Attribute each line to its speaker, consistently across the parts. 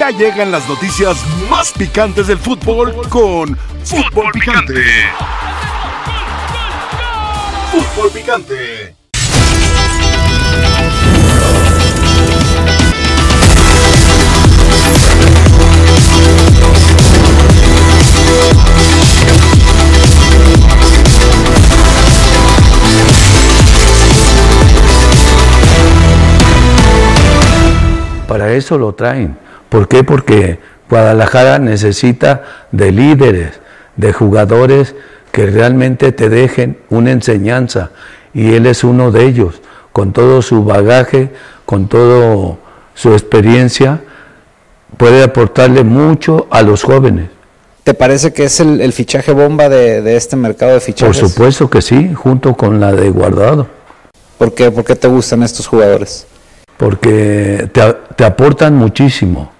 Speaker 1: Ya llegan las noticias más picantes del fútbol con Fútbol Picante. Fútbol Picante.
Speaker 2: Para eso lo traen. ¿Por qué? Porque Guadalajara necesita de líderes, de jugadores que realmente te dejen una enseñanza. Y él es uno de ellos, con todo su bagaje, con toda su experiencia, puede aportarle mucho a los jóvenes.
Speaker 3: ¿Te parece que es el, el fichaje bomba de, de este mercado de
Speaker 2: Por
Speaker 3: fichajes?
Speaker 2: supuesto que sí, junto con la de Guardado.
Speaker 3: ¿Por qué, ¿Por qué te gustan estos jugadores?
Speaker 2: porque te, te aportan muchísimo.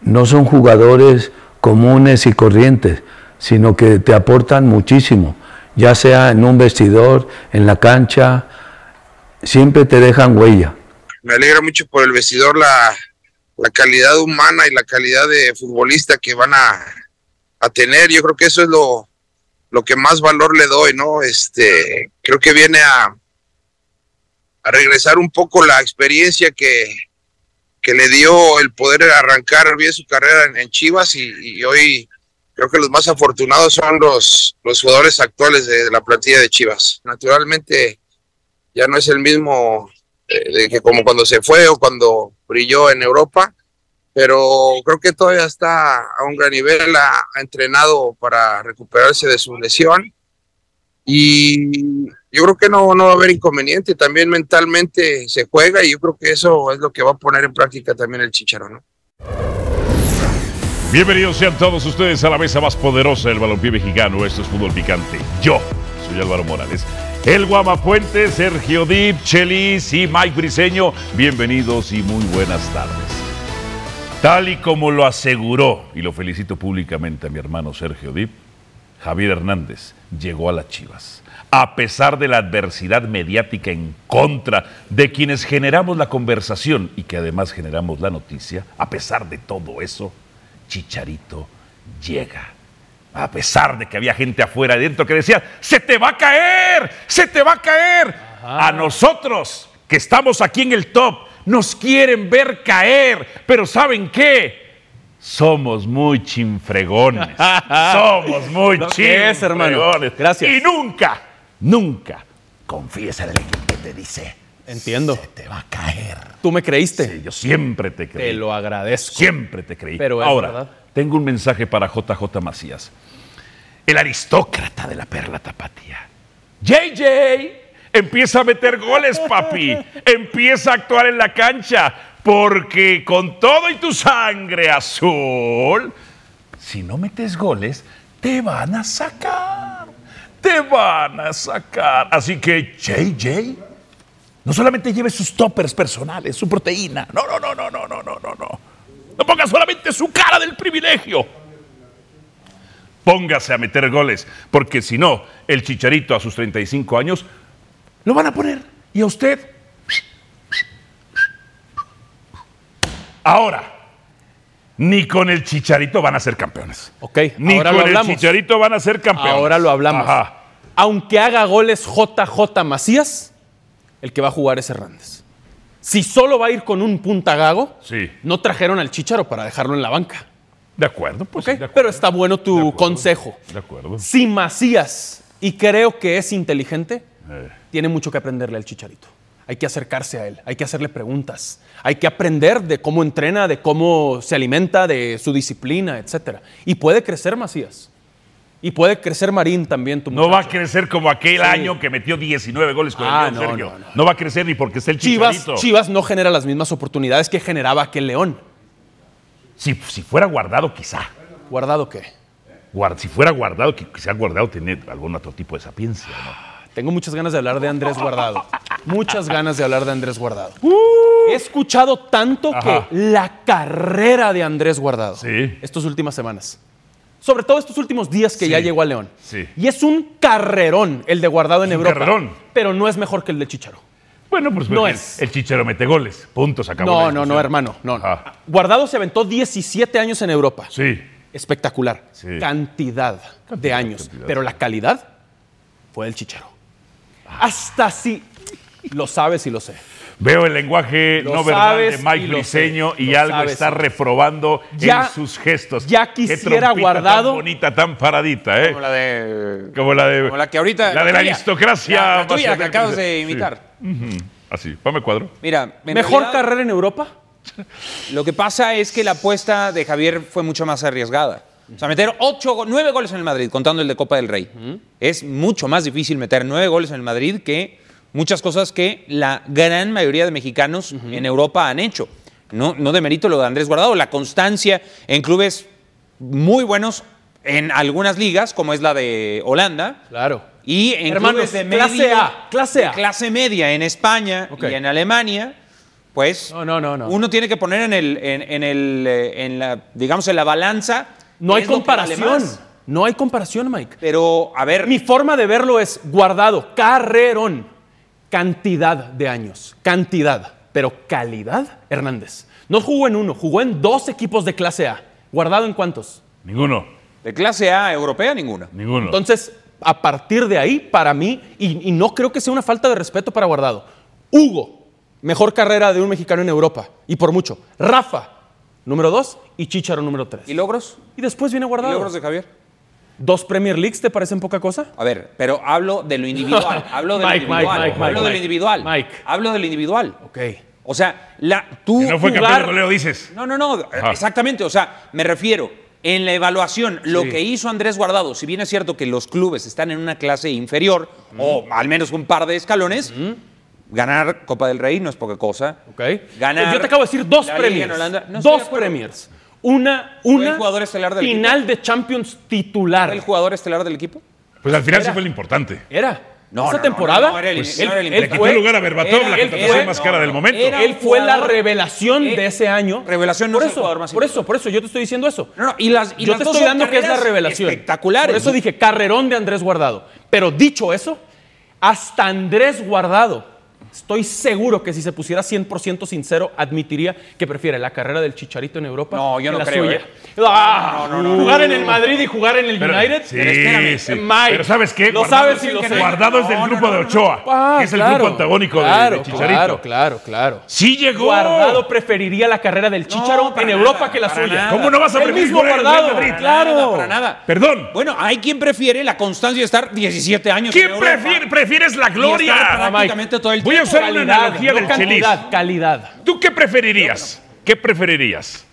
Speaker 2: No son jugadores comunes y corrientes, sino que te aportan muchísimo, ya sea en un vestidor, en la cancha, siempre te dejan huella.
Speaker 4: me alegra mucho por el vestidor la, la calidad humana y la calidad de futbolista que van a, a tener. Yo creo que eso es lo, lo que más valor le doy, ¿no? Este, creo que viene a, a regresar un poco la experiencia que, que le dio el poder arrancar bien su carrera en, en Chivas y, y hoy creo que los más afortunados son los, los jugadores actuales de la plantilla de Chivas. Naturalmente ya no es el mismo eh, de que como cuando se fue o cuando brilló en Europa, pero creo que todavía está a un gran nivel, ha, ha entrenado para recuperarse de su lesión y yo creo que no, no va a haber inconveniente, también mentalmente se juega y yo creo que eso es lo que va a poner en práctica también el Chicharón. ¿no?
Speaker 5: Bienvenidos sean todos ustedes a la mesa más poderosa del balompié mexicano. Esto es Fútbol Picante. Yo soy Álvaro Morales. El Guamapuente, Sergio Dip, Chelis y Mike Briseño. Bienvenidos y muy buenas tardes. Tal y como lo aseguró, y lo felicito públicamente a mi hermano Sergio Dip, Javier Hernández llegó a las Chivas. A pesar de la adversidad mediática en contra de quienes generamos la conversación y que además generamos la noticia, a pesar de todo eso, Chicharito llega. A pesar de que había gente afuera adentro que decía, se te va a caer, se te va a caer. A nosotros, que estamos aquí en el top, nos quieren ver caer, pero ¿saben qué? Somos muy chinfregones. Somos muy
Speaker 6: Lo que
Speaker 5: chinfregones.
Speaker 6: es, hermano. Gracias.
Speaker 5: Y nunca, nunca confíes en alguien que te dice,
Speaker 6: Entiendo.
Speaker 5: se te va a caer.
Speaker 6: Tú me creíste.
Speaker 5: Yo siempre te creí.
Speaker 6: Te lo agradezco.
Speaker 5: Siempre te creí.
Speaker 6: Pero es
Speaker 5: Ahora,
Speaker 6: verdad.
Speaker 5: tengo un mensaje para JJ Macías. El aristócrata de la perla tapatía. JJ, empieza a meter goles, papi. empieza a actuar en la cancha. Porque con todo y tu sangre azul, si no metes goles, te van a sacar. Te van a sacar. Así que, JJ, no solamente lleve sus toppers personales, su proteína. No, no, no, no, no, no, no, no, no. No ponga solamente su cara del privilegio. Póngase a meter goles, porque si no, el chicharito a sus 35 años lo van a poner. Y a usted. Ahora, ni con el chicharito van a ser campeones.
Speaker 6: Ok,
Speaker 5: Ni
Speaker 6: ahora lo
Speaker 5: con el
Speaker 6: hablamos.
Speaker 5: chicharito van a ser campeones.
Speaker 6: Ahora lo hablamos.
Speaker 5: Ajá.
Speaker 6: Aunque haga goles JJ Macías, el que va a jugar es Hernández. Si solo va a ir con un puntagago,
Speaker 5: Sí.
Speaker 6: no trajeron al Chicharo para dejarlo en la banca.
Speaker 5: De acuerdo, pues.
Speaker 6: ¿ok?
Speaker 5: sí, de acuerdo.
Speaker 6: Pero está bueno tu
Speaker 5: De acuerdo.
Speaker 6: consejo.
Speaker 5: De acuerdo.
Speaker 6: Si Macías, y creo que es inteligente,
Speaker 5: Eh,
Speaker 6: tiene mucho que aprenderle al Chicharito. Hay que acercarse a él, hay que hacerle preguntas, hay que aprender de cómo entrena, de cómo se alimenta, de su disciplina, etc. Y puede crecer Macías. Y puede crecer Marín también, tu
Speaker 5: No va a
Speaker 6: muchacho.
Speaker 5: crecer como aquel
Speaker 6: Sí.
Speaker 5: año que metió 19 goles con
Speaker 6: Ah,
Speaker 5: el León
Speaker 6: no,
Speaker 5: Sergio. No,
Speaker 6: no, no.
Speaker 5: va a crecer ni porque esté el
Speaker 6: Chivas,
Speaker 5: chicharito.
Speaker 6: Chivas no genera las mismas oportunidades que generaba aquel León.
Speaker 5: Si, si fuera guardado, quizá.
Speaker 6: ¿Guardado qué?
Speaker 5: Guard- si fuera guardado, qui- quizá guardado tiene algún otro tipo de sapiencia. ¿no?
Speaker 6: Ah, Tengo muchas ganas de hablar de Andrés Guardado. Muchas ganas de hablar de Andrés Guardado. He escuchado tanto
Speaker 5: Uh. Ajá.
Speaker 6: que la carrera de Andrés Guardado
Speaker 5: Sí.
Speaker 6: estas últimas semanas. Sobre todo estos últimos días que ya llegó a León.
Speaker 5: Sí.
Speaker 6: Y es un carrerón el de Guardado en
Speaker 5: Es un
Speaker 6: Europa.
Speaker 5: carrerón.
Speaker 6: Pero no es mejor que el de Chicharo.
Speaker 5: Bueno, pues
Speaker 6: No
Speaker 5: el-
Speaker 6: es.
Speaker 5: el chichero mete goles. Punto, se acabó.
Speaker 6: No,
Speaker 5: la
Speaker 6: no,
Speaker 5: discusión.
Speaker 6: no, hermano. No. no.
Speaker 5: Ajá.
Speaker 6: Guardado se aventó 17 años en Europa.
Speaker 5: Sí.
Speaker 6: Espectacular.
Speaker 5: Sí.
Speaker 6: Cantidad, de años.
Speaker 5: cantidad.
Speaker 6: Pero la calidad fue del chichero. Hasta si lo sabes y lo sé.
Speaker 5: Veo el lenguaje
Speaker 6: Lo
Speaker 5: no verbal de
Speaker 6: sabes y
Speaker 5: Mike
Speaker 6: lo
Speaker 5: Briseño
Speaker 6: sé,
Speaker 5: y
Speaker 6: lo
Speaker 5: algo
Speaker 6: sabes
Speaker 5: está
Speaker 6: y lo sé.
Speaker 5: reprobando
Speaker 6: Ya-
Speaker 5: en sus gestos.
Speaker 6: ya
Speaker 5: Qué
Speaker 6: quisiera
Speaker 5: trompita
Speaker 6: guardado-
Speaker 5: Tan bonita, tan paradita, ¿eh?
Speaker 7: Como la de.
Speaker 5: Como la de.
Speaker 7: Como la que ahorita.
Speaker 5: La de la
Speaker 7: tuya.
Speaker 5: aristocracia.
Speaker 7: La, la tuya, la que
Speaker 5: más o
Speaker 7: acabas
Speaker 5: menos.
Speaker 7: de
Speaker 5: Sí.
Speaker 7: imitar.
Speaker 5: Así, Pame Cuadro.
Speaker 7: Mira, en
Speaker 6: ¿Mejor
Speaker 7: realidad,
Speaker 6: carrera en Europa?
Speaker 7: Lo que pasa es que la apuesta de Javier fue mucho más arriesgada. O sea, meter ocho, go- nueve goles en el Madrid, contando el de Copa del Rey. Es mucho más difícil meter nueve goles en el Madrid que muchas cosas que la gran mayoría de mexicanos en Europa han hecho. No, no demerito lo de Andrés Guardado, la constancia en clubes muy buenos en algunas ligas, como es la de Holanda.
Speaker 6: Claro.
Speaker 7: Y en
Speaker 6: Hermanos,
Speaker 7: clubes de
Speaker 6: clase
Speaker 7: media-
Speaker 6: A, clase
Speaker 7: de
Speaker 6: A.
Speaker 7: clase media en España
Speaker 6: Ok.
Speaker 7: y en Alemania, pues
Speaker 6: No, no, no, no.
Speaker 7: uno tiene que poner en el, en, en el, eh, en la, digamos, en la balanza.
Speaker 6: No
Speaker 7: qué
Speaker 6: hay
Speaker 7: es lo que vale
Speaker 6: comparación.
Speaker 7: más.
Speaker 6: No hay comparación, Mike.
Speaker 7: Pero, a ver,
Speaker 6: Mi forma de verlo es guardado, carrerón, cantidad de años, cantidad, pero calidad, Hernández. No jugó en uno, jugó en dos equipos de clase A. ¿Guardado en cuántos?
Speaker 5: Ninguno,
Speaker 7: de clase A europea ninguna.
Speaker 5: ninguno.
Speaker 6: Entonces, a partir de ahí, para mí, y, y no creo que sea una falta de respeto para Guardado, Hugo, mejor carrera de un mexicano en Europa, y por mucho. Rafa, número dos, y Chicharo, número tres.
Speaker 7: ¿Y logros?
Speaker 6: Y después viene
Speaker 7: ¿Y
Speaker 6: Guardado.
Speaker 7: logros de Javier?
Speaker 6: ¿Dos Premier Leagues te parecen poca cosa?
Speaker 7: A ver, pero hablo de lo individual. Hablo de lo
Speaker 6: Mike, Mike,
Speaker 7: individual.
Speaker 6: Mike,
Speaker 7: hablo
Speaker 6: Mike,
Speaker 7: de lo
Speaker 6: Mike.
Speaker 7: individual.
Speaker 6: Mike.
Speaker 7: Hablo de lo individual.
Speaker 6: Ok.
Speaker 7: O sea, la, tú
Speaker 5: Que no fue campeón
Speaker 6: jugar-
Speaker 5: de goleo, dices.
Speaker 7: No, no, no, exactamente. O sea, me refiero en la evaluación, lo que hizo Andrés Guardado, si bien es cierto que los clubes están en una clase inferior o al menos un par de escalones, ganar Copa del Rey no es poca cosa.
Speaker 6: Ok.
Speaker 7: Ganar
Speaker 6: Yo te acabo de decir dos
Speaker 7: la Liga en
Speaker 6: premiers.
Speaker 7: Holanda. No estoy de
Speaker 6: dos
Speaker 7: acuerdo.
Speaker 6: premiers. Una,
Speaker 7: el
Speaker 6: una
Speaker 7: jugador estelar del
Speaker 6: final de Champions titular.
Speaker 7: ¿Era el jugador estelar del equipo?
Speaker 5: Pues al final sí fue lo importante.
Speaker 6: Era.
Speaker 7: No,
Speaker 6: Esa
Speaker 7: no, no,
Speaker 6: temporada.
Speaker 7: no, no, era el
Speaker 6: pues,
Speaker 7: inicio, no era el
Speaker 6: él-
Speaker 7: inicio.
Speaker 5: Le
Speaker 6: él
Speaker 5: quitó
Speaker 6: fue-
Speaker 5: lugar a Berbatov,
Speaker 7: era-
Speaker 5: la
Speaker 7: él
Speaker 5: contratación
Speaker 7: fue-
Speaker 5: más cara
Speaker 7: no,
Speaker 5: del
Speaker 7: no,
Speaker 5: momento.
Speaker 7: era-
Speaker 6: él fue la
Speaker 7: jugador-
Speaker 6: revelación
Speaker 7: eh,
Speaker 6: de ese año.
Speaker 7: revelación no
Speaker 6: por
Speaker 7: es el
Speaker 6: eso,
Speaker 7: jugador más
Speaker 6: Por eso, por eso, yo te estoy diciendo eso.
Speaker 7: No, no, y las- y
Speaker 6: yo
Speaker 7: las
Speaker 6: te
Speaker 7: dos
Speaker 6: estoy
Speaker 7: son
Speaker 6: dando que es la
Speaker 7: carreras
Speaker 6: revelación.
Speaker 7: espectaculares.
Speaker 6: Por eso dije carrerón de Andrés Guardado. Pero dicho eso, hasta Andrés Guardado. Estoy seguro que si se pusiera 100% sincero, admitiría que prefiere la carrera del Chicharito en Europa
Speaker 7: No, yo
Speaker 6: que
Speaker 7: no
Speaker 6: la
Speaker 7: creo,
Speaker 6: suya.
Speaker 7: ¿eh?
Speaker 6: Ah,
Speaker 7: No, no, no, no.
Speaker 6: jugar en el Madrid y jugar en el
Speaker 5: Pero-
Speaker 6: United.
Speaker 5: sí,
Speaker 6: Pero espérame,
Speaker 5: sí.
Speaker 6: eh, Mike,
Speaker 5: Pero ¿sabes qué?
Speaker 6: Lo
Speaker 5: Guardado
Speaker 6: sabes
Speaker 5: es
Speaker 6: y
Speaker 5: el
Speaker 6: lo
Speaker 5: que-
Speaker 6: sé.
Speaker 5: Guardado es del
Speaker 7: No, no,
Speaker 5: grupo
Speaker 7: no,
Speaker 5: de
Speaker 7: no,
Speaker 5: Ochoa,
Speaker 6: Ah,
Speaker 5: que es el
Speaker 6: claro,
Speaker 5: grupo antagónico de-
Speaker 6: claro,
Speaker 5: de, Chicharito.
Speaker 6: Claro, claro, claro.
Speaker 5: Sí llegó.
Speaker 6: Guardado preferiría la carrera del Chicharo
Speaker 7: para
Speaker 6: en
Speaker 7: nada,
Speaker 6: Europa que la
Speaker 7: para
Speaker 6: suya.
Speaker 7: nada.
Speaker 5: ¿Cómo no vas a
Speaker 6: El
Speaker 5: preferir
Speaker 6: mismo
Speaker 5: jugar en el
Speaker 6: Guardado,
Speaker 5: Real Madrid?
Speaker 6: claro.
Speaker 7: Nada, para nada.
Speaker 5: Perdón.
Speaker 7: Bueno, hay quien prefiere la constancia de estar 17 años. en
Speaker 5: ¿Quién
Speaker 7: Europa.
Speaker 5: prefiere- prefieres la
Speaker 7: Y estar
Speaker 5: gloria?
Speaker 7: para- prácticamente todo el
Speaker 5: Voy a
Speaker 7: tiempo.
Speaker 5: usar una
Speaker 6: Calidad,
Speaker 5: analogía
Speaker 6: no
Speaker 5: del Chelis.
Speaker 6: cantidad, calidad.
Speaker 5: ¿Tú qué preferirías? ¿Qué preferirías?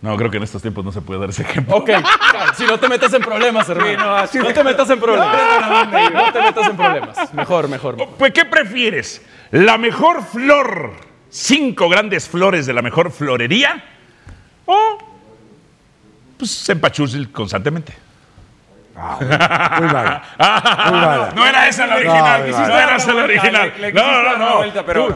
Speaker 5: No, creo que en estos tiempos no se puede dar ese ejemplo.
Speaker 6: Ok, si no te metas en problemas, hermano. no, te metas en problemas. No te metas en problemas. Mejor, mejor. mejor.
Speaker 5: Pues, ¿qué prefieres? ¿La mejor flor? ¿Cinco grandes flores de la mejor florería? ¿O pues, empachúzil constantemente?
Speaker 2: Ah, Muy mal. Muy mala.
Speaker 5: No era esa la original.
Speaker 2: no, no.
Speaker 5: no, era esa la
Speaker 7: Le- le
Speaker 5: original.
Speaker 7: quisiste
Speaker 5: No, no,
Speaker 7: dar la
Speaker 5: no.
Speaker 7: vuelta, pero
Speaker 5: Tú-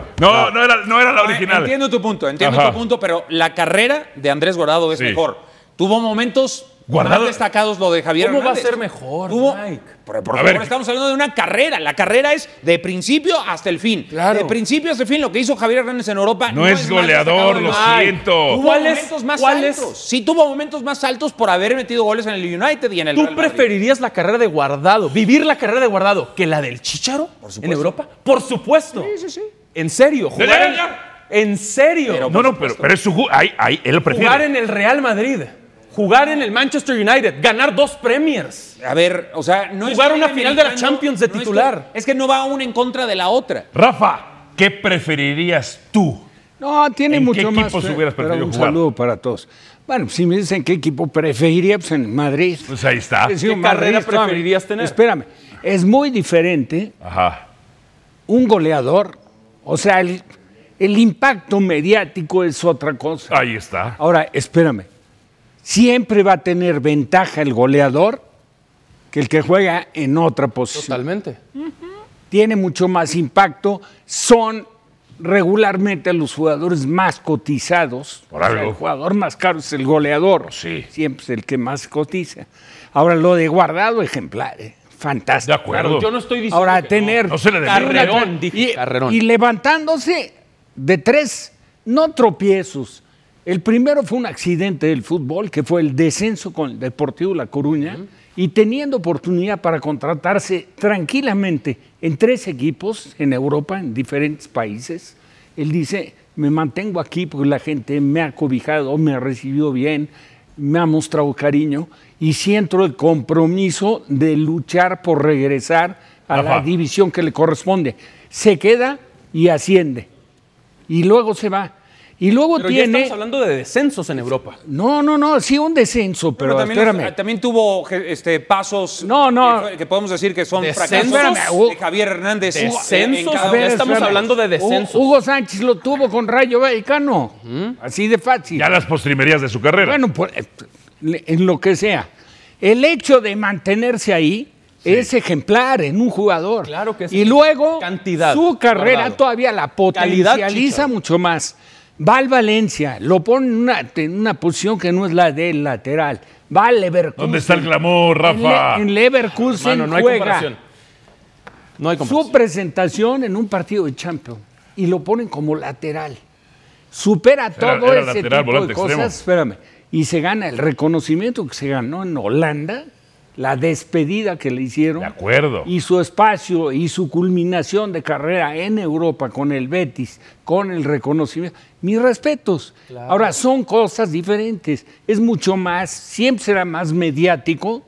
Speaker 5: No,
Speaker 7: no.
Speaker 5: no era, no era la
Speaker 7: No, eh,
Speaker 5: original.
Speaker 7: Entiendo tu punto, entiendo
Speaker 5: Ajá.
Speaker 7: tu punto, pero la carrera de Andrés Guardado es
Speaker 5: Sí.
Speaker 7: mejor. Tuvo momentos
Speaker 5: Guardado-
Speaker 7: más destacados lo de Javier
Speaker 6: ¿Cómo va a
Speaker 7: Hernández.
Speaker 6: ser mejor,
Speaker 7: Tuvo-
Speaker 6: Mike?
Speaker 7: Por, por
Speaker 5: A
Speaker 7: favor,
Speaker 5: ver.
Speaker 7: estamos hablando de una carrera. La carrera es de principio hasta el fin.
Speaker 6: Claro.
Speaker 7: De principio hasta el fin, lo que hizo Javier Hernández en Europa.
Speaker 5: No es
Speaker 7: más
Speaker 5: goleador,
Speaker 7: destacado de
Speaker 5: lo
Speaker 7: Mike.
Speaker 5: siento.
Speaker 7: Tuvo
Speaker 6: ¿Cuál es-
Speaker 7: momentos más
Speaker 6: cuál es-
Speaker 7: altos. Sí, tuvo momentos más altos por haber metido goles en el United y en el
Speaker 6: ¿Tú
Speaker 7: Real Madrid.
Speaker 6: preferirías la carrera de guardado, vivir la carrera de guardado, que la del Chicharo en Europa? Por supuesto. Sí, sí, sí. En serio, jugar. en-
Speaker 5: ya.
Speaker 6: En serio.
Speaker 5: No, no, pero, pero es su gu- Uh, ahí- ahí, él lo prefiere.
Speaker 6: jugar en el Real Madrid, jugar en el Manchester United, ganar dos Premiers.
Speaker 7: A ver, o sea, no
Speaker 6: Jugar
Speaker 7: estoy
Speaker 6: una final de la
Speaker 7: demeritando-
Speaker 6: Champions de
Speaker 7: no estoy-
Speaker 6: titular.
Speaker 7: es que no va una en contra de la otra.
Speaker 5: Rafa, ¿qué preferirías tú?
Speaker 8: No, tiene
Speaker 5: ¿En qué
Speaker 8: mucho más.
Speaker 5: equipos
Speaker 8: fe-
Speaker 5: hubieras
Speaker 8: pero
Speaker 5: preferido
Speaker 8: un
Speaker 5: jugar?
Speaker 8: saludo para todos. Bueno, si me dicen qué equipo preferiría, pues en el Madrid.
Speaker 5: Pues ahí está.
Speaker 8: He sido
Speaker 6: ¿Qué carrera
Speaker 8: madridista,
Speaker 6: preferirías tener?
Speaker 8: Espérame, es muy diferente
Speaker 5: Ajá.
Speaker 8: un goleador, o sea, el, el impacto mediático es otra cosa.
Speaker 5: Ahí está.
Speaker 8: Ahora, espérame, siempre va a tener ventaja el goleador que el que juega en otra posición.
Speaker 6: Totalmente.
Speaker 8: tiene mucho más impacto, son regularmente los jugadores más cotizados.
Speaker 5: Por algo.
Speaker 8: el jugador más caro es el goleador.
Speaker 5: Sí.
Speaker 8: Siempre es el que más cotiza. Ahora, lo de guardado, ejemplar. ¿eh?
Speaker 5: De
Speaker 8: fantástico.
Speaker 5: acuerdo.
Speaker 6: Yo no estoy diciendo.
Speaker 8: Ahora,
Speaker 6: que
Speaker 8: tener.
Speaker 6: no.
Speaker 5: No se le demerita.
Speaker 6: Carrerón, dije,
Speaker 8: y,
Speaker 6: carrerón.
Speaker 8: y levantándose de tres, no tropiezos. El primero fue un accidente del fútbol, que fue el descenso con el Deportivo La Coruña, y teniendo oportunidad para contratarse tranquilamente en tres equipos en Europa, en diferentes países, él dice, me mantengo aquí porque la gente me ha cobijado, me ha recibido bien, me ha mostrado cariño, y siento el compromiso de luchar por regresar a la
Speaker 5: Ajá.
Speaker 8: división división que le corresponde. Se queda y asciende. Y luego se va. Y luego
Speaker 6: Pero ya
Speaker 8: tiene.
Speaker 6: estamos hablando de descensos en Europa.
Speaker 8: No, no, no, sí, un descenso, pero,
Speaker 7: Pero también,
Speaker 8: espérame.
Speaker 7: también tuvo je- este, pasos
Speaker 8: No, no.
Speaker 7: que, fue- que podemos decir que son
Speaker 6: Descensos.
Speaker 7: fracasos
Speaker 8: Espérame,
Speaker 7: de Javier Hernández. en- en
Speaker 6: Descensos.
Speaker 7: cada
Speaker 6: A
Speaker 8: A
Speaker 6: ver, Uh, ya
Speaker 7: uno.
Speaker 6: estamos hablando de
Speaker 8: Hu-
Speaker 6: descensos. ¿Mm?
Speaker 8: Hugo Sánchez lo tuvo con Rayo Vallecano. Así de fácil.
Speaker 5: Ya las postrimerías de su carrera.
Speaker 8: Bueno, por- en lo que sea. El hecho de mantenerse ahí es ejemplar en un jugador.
Speaker 6: Claro que sí.
Speaker 8: Y luego
Speaker 6: Cantidad,
Speaker 8: su carrera
Speaker 6: guardado.
Speaker 8: todavía la
Speaker 6: Calidad,
Speaker 8: potencializa
Speaker 6: Chicharito.
Speaker 8: mucho más. Va al Valencia, lo pone en una, en una posición que no es la del lateral. Va al Leverkusen.
Speaker 5: ¿Dónde está el glamour,
Speaker 8: En Le-
Speaker 5: Rafa?
Speaker 8: En, Leverkusen
Speaker 6: Hermano, no hay
Speaker 8: juega
Speaker 6: comparación. No hay
Speaker 8: su
Speaker 6: comparación.
Speaker 8: presentación en un partido de Champions y lo ponen como lateral. Supera todo
Speaker 5: era
Speaker 8: ese
Speaker 5: lateral,
Speaker 8: tipo
Speaker 5: volante
Speaker 8: de cosas,
Speaker 5: extremo.
Speaker 8: espérame, y se gana el reconocimiento que se ganó en Holanda, la despedida que le hicieron.
Speaker 5: De acuerdo.
Speaker 8: Y su espacio y su culminación de carrera en Europa con el Betis, con el reconocimiento. Mis respetos. Ahora, son cosas diferentes. Es mucho más, siempre será más mediático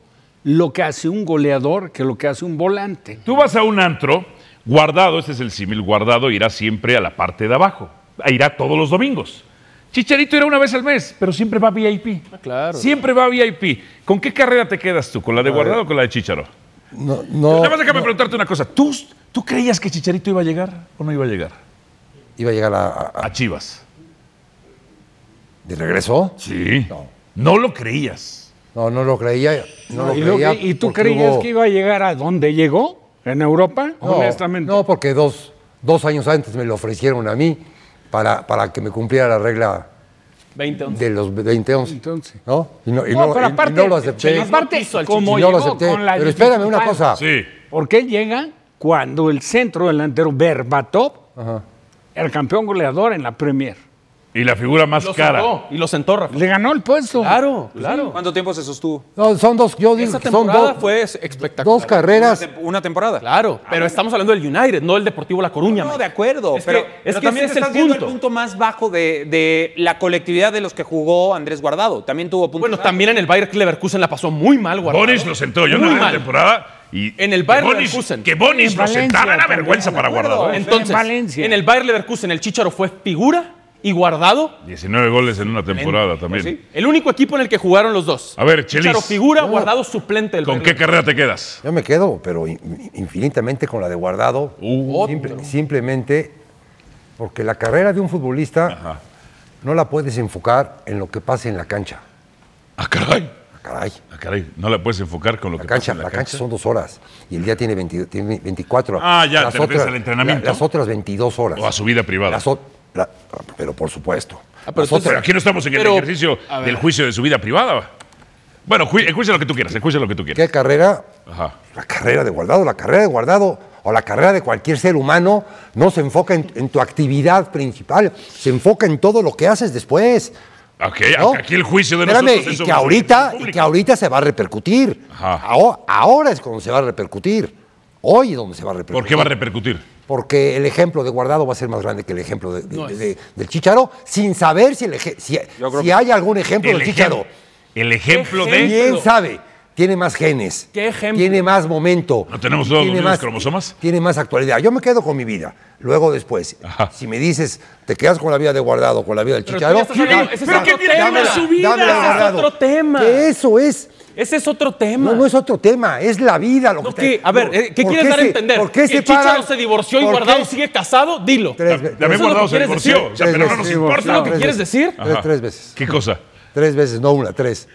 Speaker 8: lo que hace un goleador que lo que hace un volante.
Speaker 5: Tú vas a un antro, guardado, este es el símil, guardado irá siempre a la parte de abajo. Ah, Irá todos los domingos. Chicharito irá una vez al mes, pero siempre va VIP.
Speaker 6: Ah, claro.
Speaker 5: Siempre va VIP. ¿Con qué carrera te quedas tú? ¿Con la de guardado o con la de Chicharo?
Speaker 9: No, no
Speaker 5: Nada más déjame preguntarte una cosa. ¿Tú, ¿Tú creías que Chicharito iba a llegar o no iba a llegar?
Speaker 9: iba a llegar a, a- a-
Speaker 5: A Chivas.
Speaker 9: de regreso.
Speaker 5: Sí. No, lo creías.
Speaker 9: No, no lo creía. No, lo
Speaker 8: ¿Y, lo
Speaker 9: creía
Speaker 8: que- y tú
Speaker 9: porque
Speaker 8: creías
Speaker 9: hubo-
Speaker 8: que iba a llegar a donde llegó? ¿En Europa?
Speaker 9: No,
Speaker 8: honestamente.
Speaker 9: No, porque dos, dos años antes me lo ofrecieron a mí para, para que me cumpliera la regla
Speaker 6: 20, 11.
Speaker 9: de los 20 11.
Speaker 8: Entonces.
Speaker 9: ¿no? Y no, y
Speaker 8: No,
Speaker 9: no-
Speaker 8: pero
Speaker 9: y- y
Speaker 8: aparte,
Speaker 9: no lo acepté.
Speaker 8: aparte,
Speaker 6: quiso al
Speaker 8: como
Speaker 9: Chicharo. No lo
Speaker 8: llegó
Speaker 9: acepté.
Speaker 8: con la
Speaker 9: Pero espérame una
Speaker 8: dificultad.
Speaker 9: cosa.
Speaker 5: Sí.
Speaker 8: Porque llega cuando el centro delantero Berbatov, el campeón goleador en la Premier,
Speaker 5: Y la figura más
Speaker 6: Lo
Speaker 5: cara.
Speaker 6: sentó y lo sentó, Rafa.
Speaker 8: le ganó el puesto.
Speaker 6: Claro, claro.
Speaker 7: ¿Cuánto tiempo se sostuvo?
Speaker 9: No, son dos, yo digo
Speaker 6: Esa
Speaker 9: que son
Speaker 6: temporada
Speaker 9: dos,
Speaker 6: fue espectacular.
Speaker 9: dos
Speaker 7: Una,
Speaker 9: carreras.
Speaker 7: tem- una temporada. Ah,
Speaker 6: Claro, pero estamos hablando del United, no del Deportivo La Coruña.
Speaker 7: No,
Speaker 6: man.
Speaker 7: de acuerdo.
Speaker 6: Es
Speaker 7: pero
Speaker 6: que- es
Speaker 7: pero
Speaker 6: que
Speaker 7: también
Speaker 6: ese
Speaker 7: te
Speaker 6: es
Speaker 7: estás
Speaker 6: el
Speaker 7: viendo
Speaker 6: punto.
Speaker 7: el punto más bajo de, de la colectividad de los que jugó Andrés Guardado. También tuvo puntos.
Speaker 6: Bueno,
Speaker 7: bajos.
Speaker 6: también en el Bayer Leverkusen la pasó muy mal, guardado.
Speaker 5: Bonis lo sentó. Yo
Speaker 6: Muy
Speaker 5: no vi la
Speaker 6: mal.
Speaker 5: temporada. Y
Speaker 6: En el
Speaker 5: que
Speaker 6: Bayern
Speaker 5: Bonis-
Speaker 6: Leverkusen.
Speaker 5: Que Bonis
Speaker 8: En
Speaker 5: lo
Speaker 8: Valencia
Speaker 5: sentara era
Speaker 8: también,
Speaker 5: vergüenza
Speaker 8: de
Speaker 5: para
Speaker 8: acuerdo.
Speaker 5: guardado. ¿eh?
Speaker 6: Entonces,
Speaker 8: En Valencia.
Speaker 6: en el Bayer Leverkusen el Chicharo fue figura y guardado.
Speaker 5: 19 goles en una temporada también.
Speaker 9: Pues
Speaker 6: El único equipo en el que jugaron los dos.
Speaker 5: A ver,
Speaker 6: Chicharo
Speaker 5: Chelis.
Speaker 6: figura, guardado suplente del
Speaker 5: ¿Con
Speaker 6: Bayer
Speaker 5: qué carrera te quedas?
Speaker 9: Yo me quedo, pero in- infinitamente con la de guardado.
Speaker 5: Uh.
Speaker 9: Simple- simplemente porque la carrera de un futbolista no la puedes enfocar en lo que pasa en la cancha.
Speaker 5: Ah, caray.
Speaker 9: Ah, Caray.
Speaker 5: Ah, caray. No la puedes enfocar con lo
Speaker 9: La
Speaker 5: que
Speaker 9: cancha,
Speaker 5: pasa en
Speaker 9: la, cancha. son dos horas y el día tiene, 20 tiene 24.
Speaker 5: Ah, ya, te refieres al entrenamiento.
Speaker 9: la- Las otras 22 horas.
Speaker 5: O a su vida privada.
Speaker 9: Las o- la- pero por supuesto.
Speaker 6: Ah, pero
Speaker 9: Las
Speaker 6: entonces-
Speaker 5: Pero aquí no estamos en el
Speaker 6: Pero,
Speaker 5: ejercicio
Speaker 6: a ver.
Speaker 5: del juicio de su vida privada. Bueno, ju- el juicio es lo que tú quieras, el juicio es lo que tú quieras.
Speaker 9: ¿Qué carrera?
Speaker 5: Ajá.
Speaker 9: La carrera de guardado, la carrera de guardado o la carrera de cualquier ser humano no se enfoca en, en tu actividad principal, se enfoca en todo lo que haces después.
Speaker 5: Ok,
Speaker 9: ¿no?
Speaker 5: aquí el juicio de
Speaker 9: Espérame,
Speaker 5: nosotros es
Speaker 9: y
Speaker 5: sobre
Speaker 9: que
Speaker 5: la
Speaker 9: ahorita,
Speaker 5: opinión
Speaker 9: y
Speaker 5: pública.
Speaker 9: que ahorita se va a repercutir.
Speaker 5: Ajá.
Speaker 9: Aho- Ahora es cuando se va a repercutir. Hoy es donde se va a repercutir.
Speaker 5: ¿Por qué va a repercutir?
Speaker 9: Porque el ejemplo de Guardado va a ser más grande que el ejemplo de- de- de- del Chicharo, sin saber si, el eje- si- si hay algún ejemplo del Chicharo.
Speaker 5: ejem- el ejemplo de...
Speaker 9: ¿Quién sabe? Tiene más genes.
Speaker 6: ¿Qué ejemplo?
Speaker 9: Tiene más momento.
Speaker 5: ¿No tenemos todos los
Speaker 9: tiene
Speaker 5: mismos
Speaker 9: más-
Speaker 5: cromosomas?
Speaker 9: Tiene más actualidad. Yo me quedo con mi vida. Luego después,
Speaker 5: Ajá.
Speaker 9: si me dices, te quedas con la vida de Guardado, con la vida del
Speaker 6: Pero tú
Speaker 9: Chicharo.
Speaker 6: ya estás hablando- ese es
Speaker 5: pero
Speaker 6: otro
Speaker 5: ¿qué tiene que
Speaker 6: tema.
Speaker 5: ver su vida?
Speaker 9: dámela de
Speaker 6: Ese es
Speaker 9: Guardado.
Speaker 6: otro tema.
Speaker 9: Que eso es...
Speaker 6: Ese es otro tema.
Speaker 9: No, no es otro tema, es la vida lo
Speaker 6: No,
Speaker 9: que
Speaker 6: ¿qué? a ver, eh, ¿qué
Speaker 9: ¿por
Speaker 6: quieres dar a
Speaker 9: se-
Speaker 6: entender?
Speaker 9: ¿Por qué
Speaker 6: ¿Que
Speaker 9: se
Speaker 6: Chicharo
Speaker 9: paran?
Speaker 6: se divorció y
Speaker 9: ¿Por qué
Speaker 6: Guardado
Speaker 9: se-
Speaker 6: sigue casado? Dilo.
Speaker 9: Tres
Speaker 5: También
Speaker 9: veces.
Speaker 6: Eso es lo que
Speaker 5: guardado se
Speaker 6: quieres
Speaker 5: divorció,
Speaker 6: decir.
Speaker 5: o sea, pero no nos
Speaker 9: veces.
Speaker 5: importa.
Speaker 6: ¿Quieres decir?
Speaker 9: Tres, tres veces.
Speaker 5: ¿Qué cosa?
Speaker 9: Tres veces, no una, tres.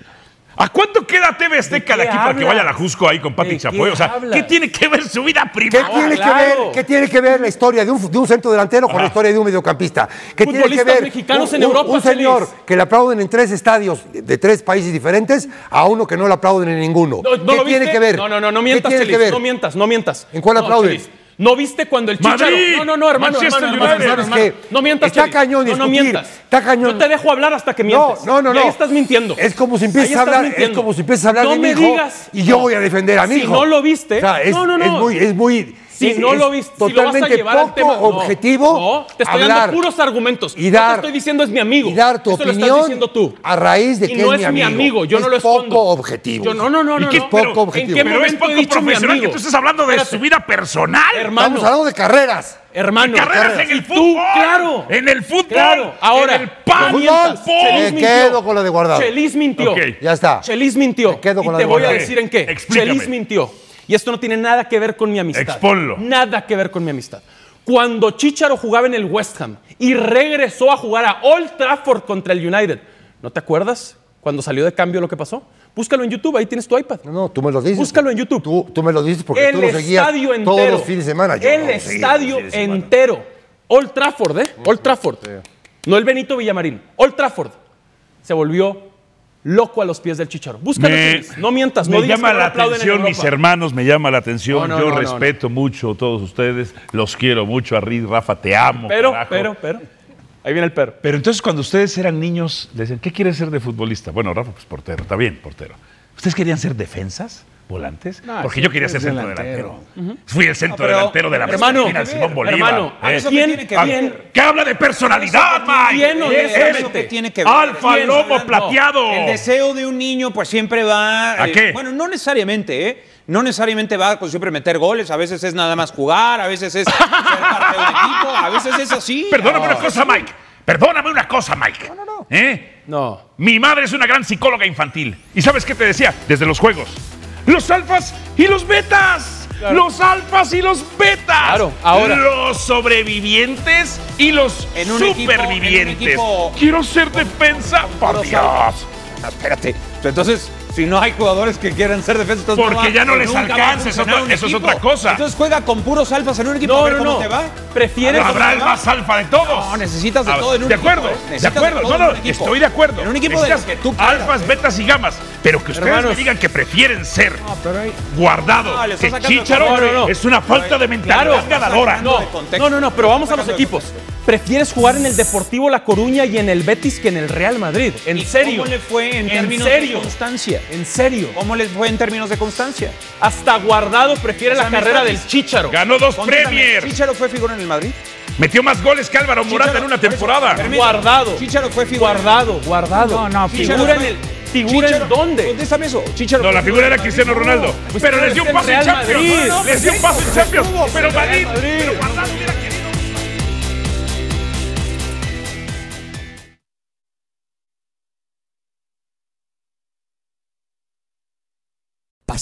Speaker 5: ¿A cuánto queda TV Azteca de
Speaker 6: qué
Speaker 5: aquí para que
Speaker 6: hablas?
Speaker 5: vaya a la Jusco ahí con Pati
Speaker 6: ¿De
Speaker 5: Chapoy?
Speaker 6: qué
Speaker 5: O sea,
Speaker 6: hablas?
Speaker 5: ¿qué tiene que ver su vida
Speaker 9: ¿Qué,
Speaker 5: privada?
Speaker 9: tiene que
Speaker 6: Ah, claro.
Speaker 9: ver, ¿Qué tiene que ver la historia de un, de un centro delantero con la historia de un mediocampista? ¿Qué tiene que
Speaker 6: Futbolistas
Speaker 9: ver
Speaker 6: mexicanos
Speaker 9: un,
Speaker 6: en
Speaker 9: un-
Speaker 6: Europa,
Speaker 9: un señor
Speaker 6: Chelis?
Speaker 9: que le aplauden en tres estadios de tres países diferentes a uno que no le aplauden en ninguno?
Speaker 6: No, no
Speaker 9: ¿Qué
Speaker 6: lo
Speaker 9: tiene
Speaker 6: viste?
Speaker 9: que ver?
Speaker 6: No, no, no, no
Speaker 9: ¿Qué
Speaker 6: mientas,
Speaker 9: tiene
Speaker 6: Chelis,
Speaker 9: que ver?
Speaker 6: No mientas, no mientas.
Speaker 9: ¿En cuál
Speaker 6: No,
Speaker 9: aplauden?
Speaker 6: Chelis, ¿No viste cuando el Chicharo?
Speaker 5: Madrid,
Speaker 6: No, no, no, hermano,
Speaker 5: Manchester
Speaker 6: hermano, hermano,
Speaker 5: United.
Speaker 6: hermano, hermano.
Speaker 9: ¿Sabes qué?
Speaker 6: No mientas,
Speaker 9: Está
Speaker 6: Chelis.
Speaker 9: cañón
Speaker 6: No, no
Speaker 9: discutir,
Speaker 6: mientas.
Speaker 9: está cañón.
Speaker 6: Yo te dejo hablar hasta que mientes.
Speaker 9: No, no, no,
Speaker 6: Y ahí
Speaker 9: no.
Speaker 6: estás mintiendo.
Speaker 9: Es como si
Speaker 6: Ahí
Speaker 9: empiezas a
Speaker 6: estás
Speaker 9: hablar, es
Speaker 6: mintiendo.
Speaker 9: como si empiezas a hablar
Speaker 6: no
Speaker 9: de mi
Speaker 6: me
Speaker 9: hijo
Speaker 6: digas.
Speaker 9: y yo voy a defender a mi
Speaker 6: Si
Speaker 9: hijo.
Speaker 6: no lo viste.
Speaker 9: O sea, es,
Speaker 6: no, no, no.
Speaker 9: es muy, es muy
Speaker 6: Si
Speaker 9: es-
Speaker 6: no
Speaker 9: es
Speaker 6: lo viste, si lo vas a
Speaker 9: totalmente
Speaker 6: llevar al
Speaker 9: poco
Speaker 6: tema. No,
Speaker 9: objetivo.
Speaker 6: No, te estoy
Speaker 9: hablar.
Speaker 6: dando puros argumentos.
Speaker 9: y
Speaker 6: No
Speaker 9: dar-
Speaker 6: te estoy diciendo es mi amigo.
Speaker 9: Y dar tu
Speaker 6: Eso
Speaker 9: opinión
Speaker 6: lo estás diciendo tú.
Speaker 9: a raíz de
Speaker 6: Y
Speaker 9: que
Speaker 6: no
Speaker 9: es mi amigo.
Speaker 6: yo no
Speaker 9: Es
Speaker 6: lo escondo.
Speaker 9: poco objetivo.
Speaker 6: Yo, no, no, no,
Speaker 5: ¿Y
Speaker 6: no.
Speaker 5: qué-
Speaker 6: no.
Speaker 9: poco
Speaker 6: ¿En qué
Speaker 9: objetivo.
Speaker 5: Pero es
Speaker 6: momento he
Speaker 5: poco
Speaker 6: dicho mi
Speaker 5: profesional que
Speaker 6: amigo?
Speaker 5: tú estés hablando de
Speaker 6: Espérate.
Speaker 5: su vida personal.
Speaker 6: Hermano,
Speaker 9: Estamos hablando de carreras.
Speaker 6: hermano.
Speaker 5: Carreras en el
Speaker 6: Tú,
Speaker 5: fútbol.
Speaker 6: claro.
Speaker 5: En el fútbol.
Speaker 6: Claro, ahora.
Speaker 5: En el pan.
Speaker 6: no
Speaker 9: fútbol,
Speaker 6: mientas.
Speaker 5: fútbol.
Speaker 9: Pues, Me
Speaker 6: Chelis mintió.
Speaker 9: quedo con la de guardado.
Speaker 6: Chelis mintió.
Speaker 5: Ok.
Speaker 9: Ya está.
Speaker 6: Chelis mintió.
Speaker 9: Me quedo con
Speaker 6: y
Speaker 9: la
Speaker 6: te
Speaker 9: de
Speaker 6: voy a
Speaker 9: guardado.
Speaker 6: decir en qué.
Speaker 5: Explícame.
Speaker 6: Chelis mintió. Y esto no tiene nada que ver con mi amistad.
Speaker 5: Exponlo.
Speaker 6: Nada que ver con mi amistad. Cuando Chicharo jugaba en el West Ham y regresó a jugar a Old Trafford contra el United, ¿no te acuerdas cuando salió de cambio lo que pasó? Búscalo en YouTube, ahí tienes tu iPad.
Speaker 9: No, no, tú me lo dices.
Speaker 6: Búscalo en YouTube.
Speaker 9: Tú, tú me lo dices porque
Speaker 6: el
Speaker 9: tú lo seguías
Speaker 6: estadio entero.
Speaker 9: todos los fines de semana. Yo
Speaker 6: el
Speaker 9: no lo seguía los
Speaker 6: estadio
Speaker 9: fines de semana.
Speaker 6: entero. Old Trafford, ¿eh? Old Trafford. No el Benito Villamarín. Old Trafford. Se volvió loco a los pies del Chicharo. Búscalo,
Speaker 5: Me-
Speaker 6: Chelis. No mientas, no
Speaker 5: me
Speaker 6: digas que
Speaker 5: llama
Speaker 6: no
Speaker 5: la
Speaker 6: aplauden en
Speaker 5: atención,
Speaker 6: Europa.
Speaker 5: mis hermanos, me llama la atención.
Speaker 6: No, no,
Speaker 5: Yo
Speaker 6: no, no,
Speaker 5: respeto mucho a todos ustedes, los quiero mucho. A Riz, Rafa, te amo.
Speaker 6: Pero,
Speaker 5: carajo.
Speaker 6: pero, pero. Ahí viene el pero.
Speaker 5: Pero entonces cuando ustedes eran niños, les decían, ¿qué quieres ser de futbolista? Bueno, Rafa, pues portero, está bien, portero. ¿Ustedes querían ser defensas? ¿Volantes?
Speaker 7: Ah,
Speaker 8: No,
Speaker 5: Porque yo quería ser
Speaker 8: siempre
Speaker 5: centro
Speaker 8: es
Speaker 5: delantero.
Speaker 8: delantero.
Speaker 5: Fui el centro
Speaker 7: pero,
Speaker 5: delantero de la
Speaker 6: hermano,
Speaker 5: Argentina, Simón Bolívar.
Speaker 6: hermano,
Speaker 5: ¿eh?
Speaker 7: ¿eso qué
Speaker 6: ¿quién-
Speaker 7: tiene que
Speaker 5: Ah,
Speaker 7: ver?
Speaker 5: ¿Qué habla de personalidad, Mike? ¿Qué
Speaker 6: bien,
Speaker 5: es
Speaker 6: honestamente.
Speaker 5: eso?
Speaker 7: que tiene que ver?
Speaker 5: Alfa
Speaker 7: Bien,
Speaker 5: Lobo
Speaker 7: no.
Speaker 5: Plateado.
Speaker 7: El deseo de un niño, pues siempre va.
Speaker 5: ¿A
Speaker 7: eh,
Speaker 5: qué?
Speaker 7: Bueno, no necesariamente, ¿eh? No necesariamente va con siempre meter goles. A veces es nada más jugar, a veces es ser parte de un equipo, a veces es así.
Speaker 5: Perdóname
Speaker 7: Ah.
Speaker 5: una cosa, Mike. Perdóname una cosa, Mike. No, no, no. ¿Eh?
Speaker 6: No.
Speaker 5: Mi madre es una gran psicóloga infantil. ¿Y sabes qué te decía? Desde los juegos. Los alfas y los betas. Los alfas y los betas.
Speaker 6: Claro, ahora.
Speaker 5: Los sobrevivientes y los
Speaker 7: En un equipo- en un
Speaker 5: supervivientes.
Speaker 7: equipo-
Speaker 5: Quiero ser defensa. Por
Speaker 7: puros
Speaker 5: Dios.
Speaker 7: Ah, Espérate. Entonces, si no hay jugadores que quieran ser defensa, entonces
Speaker 5: Porque
Speaker 7: va-
Speaker 5: ya no les
Speaker 7: nunca va a
Speaker 5: alcanza, eso es
Speaker 7: funcionar
Speaker 5: otra-
Speaker 7: un
Speaker 5: eso es
Speaker 7: equipo.
Speaker 5: otra cosa.
Speaker 7: Entonces juega con puros alfas en un equipo a
Speaker 6: No,
Speaker 7: ver
Speaker 6: no,
Speaker 7: cómo
Speaker 6: no.
Speaker 7: te va.
Speaker 6: Prefieres.
Speaker 5: Habrá el
Speaker 7: cómo te va?
Speaker 5: más alfa de todos.
Speaker 7: No, necesitas de
Speaker 5: A ver,
Speaker 7: todo en un
Speaker 5: De
Speaker 7: equipo,
Speaker 5: acuerdo,
Speaker 7: ¿eh?
Speaker 5: de
Speaker 7: Necesitas de
Speaker 5: acuerdo.
Speaker 7: todo
Speaker 5: no,
Speaker 7: en
Speaker 5: no,
Speaker 7: un equipo.
Speaker 5: estoy de acuerdo.
Speaker 7: En un equipo de los que tú quieras,
Speaker 5: Alfas, betas y gamas. Pero que ustedes me
Speaker 6: Hermanos.
Speaker 5: digan que prefieren ser
Speaker 8: pero ahí-
Speaker 5: guardado
Speaker 7: No, le
Speaker 5: que
Speaker 7: estás sacando-
Speaker 5: Chícharo
Speaker 6: No, no, no.
Speaker 5: es una falta de mentalidad
Speaker 6: Claro.
Speaker 5: ganadora.
Speaker 7: sacando
Speaker 6: No,
Speaker 7: de contexto.
Speaker 6: no, no, no, pero vamos a los
Speaker 7: Sacando de
Speaker 6: equipos. ¿Prefieres jugar en el Deportivo La Coruña y en el Betis que en el Real Madrid? En
Speaker 7: ¿Y
Speaker 6: serio.
Speaker 7: ¿Cómo le fue en, términos
Speaker 6: serio.
Speaker 7: de constancia?
Speaker 6: En serio.
Speaker 7: ¿Cómo les fue en términos de constancia?
Speaker 6: Hasta Guardado prefiere
Speaker 7: O sea,
Speaker 6: la
Speaker 7: me
Speaker 6: carrera
Speaker 7: estás-
Speaker 6: del Chícharo.
Speaker 5: Ganó dos
Speaker 7: Contéstame,
Speaker 5: Premier.
Speaker 7: ¿Chicharo fue figura en el Madrid?
Speaker 5: Metió más goles que Álvaro Morata
Speaker 7: Chicharo-
Speaker 5: en una
Speaker 7: por eso,
Speaker 5: temporada.
Speaker 7: permíteme.
Speaker 6: Guardado.
Speaker 7: Chícharo fue figura.
Speaker 6: Guardado, guardado.
Speaker 8: No, no,
Speaker 7: Chícharo
Speaker 6: figura en
Speaker 7: fue-
Speaker 6: el. ¿Figura
Speaker 7: Chícharo-
Speaker 6: en dónde?
Speaker 7: Contéstame eso. Chícharo
Speaker 5: No,
Speaker 7: fue
Speaker 5: la figura era Cristiano Ronaldo.
Speaker 6: Pues
Speaker 5: pero
Speaker 6: claro,
Speaker 5: les dio un
Speaker 6: es el
Speaker 5: paso en
Speaker 6: Real
Speaker 5: Champions.
Speaker 6: Madrid. No, no,
Speaker 5: Les dio un paso en Champions.
Speaker 6: estuvo,
Speaker 5: Pero
Speaker 6: el Real
Speaker 5: Madrid.
Speaker 6: Madrid.
Speaker 5: Pero Guardado hubiera querido.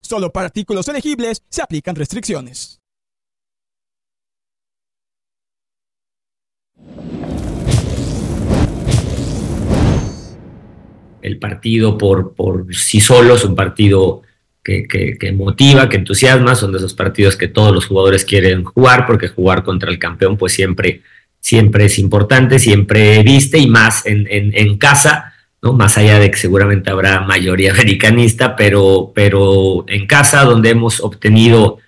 Speaker 10: Solo para artículos elegibles se aplican restricciones.
Speaker 11: el partido por, por sí solo, es un partido que, que- que motiva, que entusiasma, son de esos partidos que todos los jugadores quieren jugar, porque jugar contra el campeón pues siempre, siempre es importante, siempre viste y más en, en- en casa, ¿no? más allá de que seguramente habrá mayoría americanista, pero, pero en casa donde hemos obtenido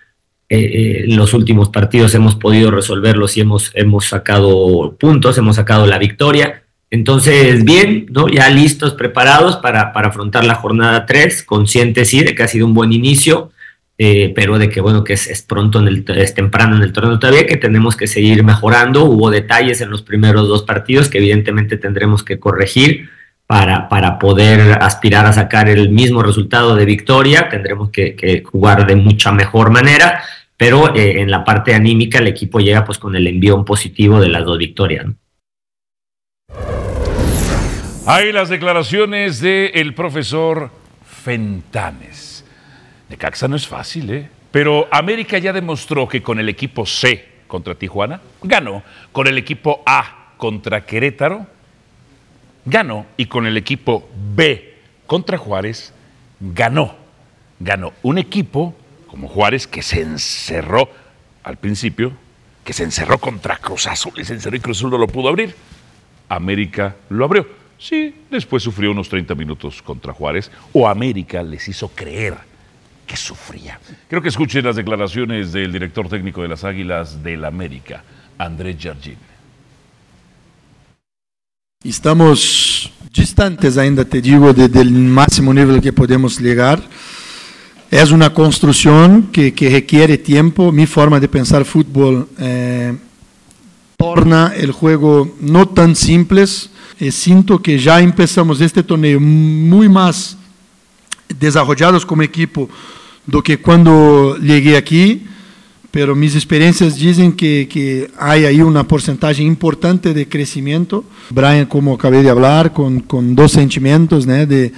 Speaker 11: eh, eh, los últimos partidos hemos podido resolverlos y hemos, hemos sacado puntos, hemos sacado la victoria. Entonces, bien, ¿no? ya listos, preparados para, para afrontar la jornada 3, conscientes sí de que ha sido un buen inicio, eh, pero de que bueno, que es, es pronto, en el, es temprano en el torneo todavía, que tenemos que seguir mejorando. Hubo detalles en los primeros dos partidos que evidentemente tendremos que corregir para, para poder aspirar a sacar el mismo resultado de victoria. Tendremos que, que jugar de mucha mejor manera, pero eh, en la parte anímica el equipo llega pues con el envión positivo de las dos victorias. ¿no?
Speaker 5: Hay las declaraciones del profesor Fentanes. Necaxa no es fácil, ¿eh? Pero América ya demostró que con el equipo C contra Tijuana ganó, con el equipo A contra Querétaro ganó y con el equipo B contra Juárez ganó. Ganó un equipo como Juárez que se encerró al principio, que se encerró contra Cruz Azul y se encerró y Cruz Azul no lo pudo abrir. América lo abrió. Sí, después sufrió unos 30 minutos contra Juárez, o América les hizo creer que sufría. Creo que escuchen las declaraciones del director técnico de las Águilas del América, Andrés Jardín.
Speaker 12: Estamos distantes ainda, te digo, de, del máximo nivel que podemos llegar. Es una construcción que, que requiere tiempo. Mi forma de pensar fútbol eh, torna el juego no tan simples. Eh, siento que ya empezamos este torneo muy más desarrollados como equipo do que cuando llegué aquí. pero mis experiencias dicen que, que hay ahí una porcentaje importante de crecimiento. Brian, como acabé de hablar, con, con dos sentimientos, ¿no? de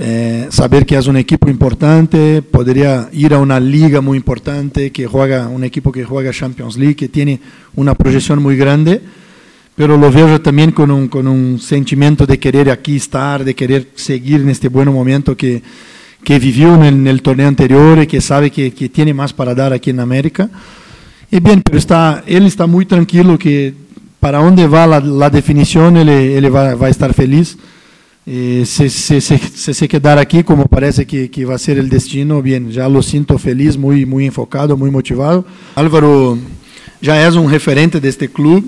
Speaker 12: eh, saber que es un equipo importante, podría ir a una liga muy importante, que juega un equipo que juega Champions League, que tiene una proyección muy grande, pero lo veo también con un, con un sentimiento de querer aquí estar, de querer seguir en este buen momento que, que vivió en el, en el, torneo anterior y que sabe que, que, tiene más para dar aquí en América. Y bien, pero está, él está muy tranquilo que para dónde va la, la definición, él, él va, va, a estar feliz. Eh, si, se si, si, si, quedar aquí, como parece que, que, va a ser el destino, bien, ya lo siento feliz, muy, muy enfocado, muy motivado. Álvaro ya es un referente de este club,